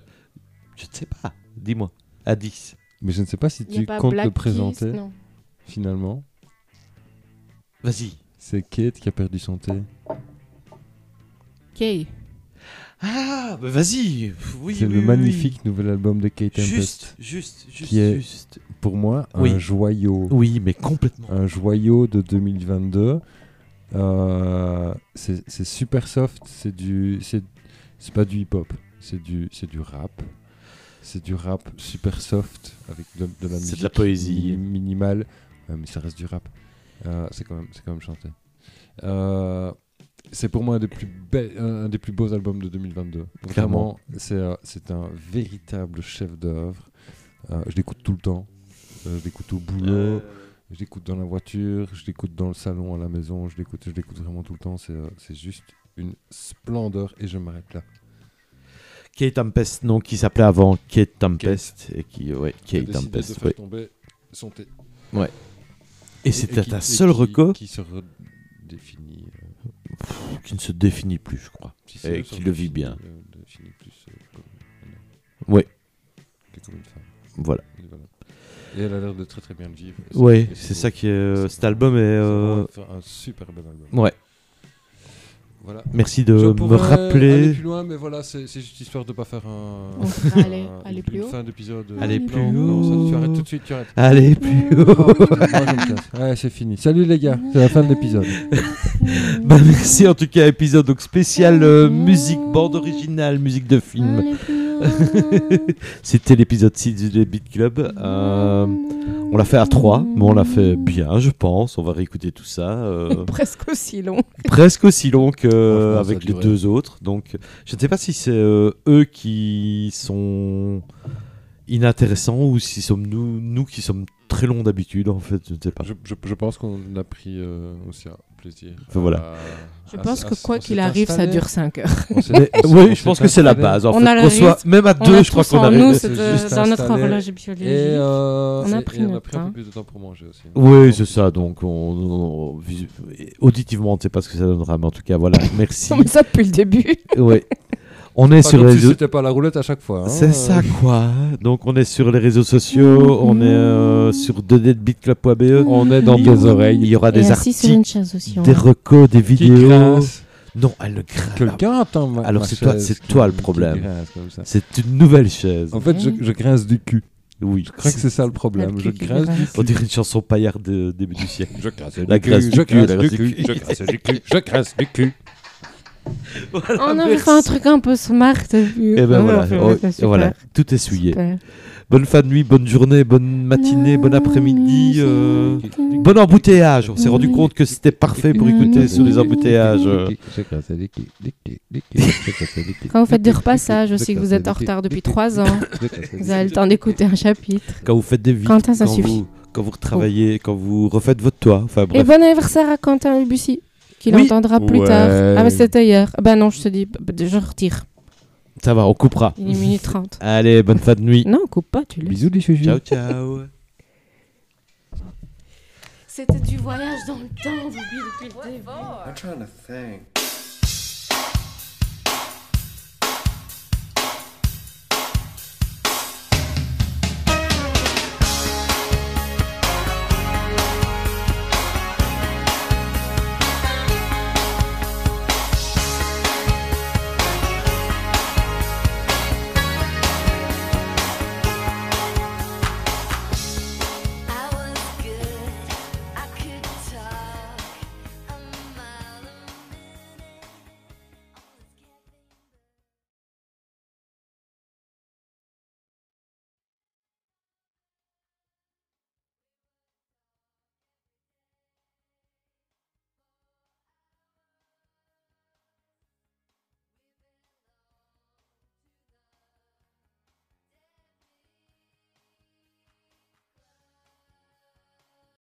Je ne sais pas. Dis-moi. À 10. Mais je ne sais pas si tu comptes le présenter finalement. Vas-y. C'est Kate qui a perdu son thé. Oh, Kay. Ah, bah vas-y. Pff, Oui, C'est oui, le oui, magnifique nouvel album de Kate oui. Juste, Tempest. juste, juste, qui est- juste. Pour moi, un Oui. joyau. Oui, mais complètement. un joyau de 2022. Euh, c'est c'est super soft, c'est du, c'est c'est pas du hip-hop, c'est du, c'est du rap, c'est du rap super soft avec de, de la musique. C'est de la mi- poésie. minimale, euh, mais ça reste du rap. Euh, c'est quand même, c'est quand même chanté. Euh, c'est pour moi un des plus belles, un un des plus beaux albums de 2022. Clairement. Vraiment, c'est, euh, c'est un véritable chef d'œuvre. Euh, je l'écoute tout le temps. Euh, je l'écoute au boulot. Euh, Je l'écoute dans la voiture, je l'écoute dans le salon, à la maison, je l'écoute, je l'écoute vraiment tout le temps. C'est, euh, c'est juste une splendeur et je m'arrête là. Kate Tempest, non, qui s'appelait avant Kate Tempest. Et qui, ouais, Qui a Kate décidé de Tempest, faire ouais. tomber son thé. Et c'était qui- ta et seule qui- reco Qui se redéfinit. euh, qui ne se définit plus, je crois. si c'est Et se qui le vit redéfinit, bien. euh, définit plus euh, comme un homme Ouais. que comme une femme. Voilà. Et, voilà. Et elle a l'air de très très bien le vivre. Et Ouais, et c'est ça beau. qui est. euh, C'est Cet album est. C'est euh, vraiment un- un super bel album. Ouais. Voilà. Merci de Je me pourrais aller rappeler. plus loin, mais voilà, c'est c'est juste histoire de pas faire un. On pourra un- aller- aller une- plus une haut. fin d'épisode. euh, Aller non, plus Non, ça, tu haut. arrêtes tout de suite, tu arrêtes. Allez, plus haut. ouais, c'est fini. Salut les gars, c'est la fin de l'épisode. Bah, merci en tout cas, épisode donc spécial euh, musique, bande originale, musique de film. Allez, plus haut. C'était l'épisode 6 du Beat Club. Euh, on l'a fait à 3, mais on l'a fait bien, je pense. On va réécouter tout ça. euh, Presque aussi long. presque aussi long que euh, Franchement, ça avec a les duré. deux autres. Donc, je ne sais pas si c'est euh, eux qui sont inintéressants ou si sommes nous, nous qui sommes très longs d'habitude. En fait, je ne sais pas. Je, je- je pense qu'on a pris euh, aussi un plaisir. Enfin, voilà. à- Je à- pense à- que on quoi qu'il s'est arrive, ça installé. dure 5 heures. On s'est- Mais, on s'est- on oui, je s'est pense que c'est la installé. base. En On fait, a le qu'on soit rythme. même à On deux, a je crois tous qu'on en a nous, réussi. cette- euh, C'est juste dans notre installé. horloge Et, biologique. euh, On a c'est- pris et on a notre pris un temps. peu plus de temps pour manger aussi. Oui, c'est ça. Donc, on, on- visu- auditivement, on ne sait pas ce que ça donnera, mais en tout cas, voilà. Merci. On met ça depuis le début. ouais. On est Pas sur comme les si réseaux. c'était pas la roulette à chaque fois. hein. C'est ça quoi. Donc on est sur les réseaux sociaux, on est euh, sur 2dbeatclub.be. On est dans E. Il- tes Il oreilles. y aura Et Ah, des assis sur articles, une chaise aussi. on des va. recos, des Qui vidéos. grince. Non, elle le grince. Quelqu'un attend ma- Alors, ma c'est toi- chaise c'est qui- toi le qui problème. grince comme ça. C'est une nouvelle chaise. En fait, je, je grince du cul. Oui. Oh, Je crois que c'est ça le problème. Le Je cul qui grince du grince. On cul. dirait une chanson paillarde de début du siècle. Je grince du La cul, grince du je cul, la grince grince du du cul, cul. je grince du cul, je grince du cul. On a merci. fait un truc un peu smart. euh, Et ben voilà, oh, voilà, tout est souillé. Bonne fin de nuit, bonne journée, bonne matinée, bon après-midi. euh, Bon embouteillage. On s'est rendu compte que c'était parfait pour écouter sur les embouteillages. euh. Quand vous faites des repassages aussi, que vous êtes en retard depuis 3 ans, vous avez le temps d'écouter un chapitre. Quand vous faites des vies, Quentin, ça quand suffit. Vous, quand vous retravaillez, quand vous refaites votre toit. Enfin Et bref. bon anniversaire à Quentin Albussy, qu'il Oui. entendra plus Ouais. tard. Ah, mais c'était hier. Ah Bah non, je te dis, bah, bah, je retire. Ça va, on coupera. Il est minuit 30. Allez, bonne fin de nuit. Non, coupe pas, tu le. Bisous les chouchous. Ciao, ciao. C'était du voyage dans le temps, vous depuis le I'm trying to think.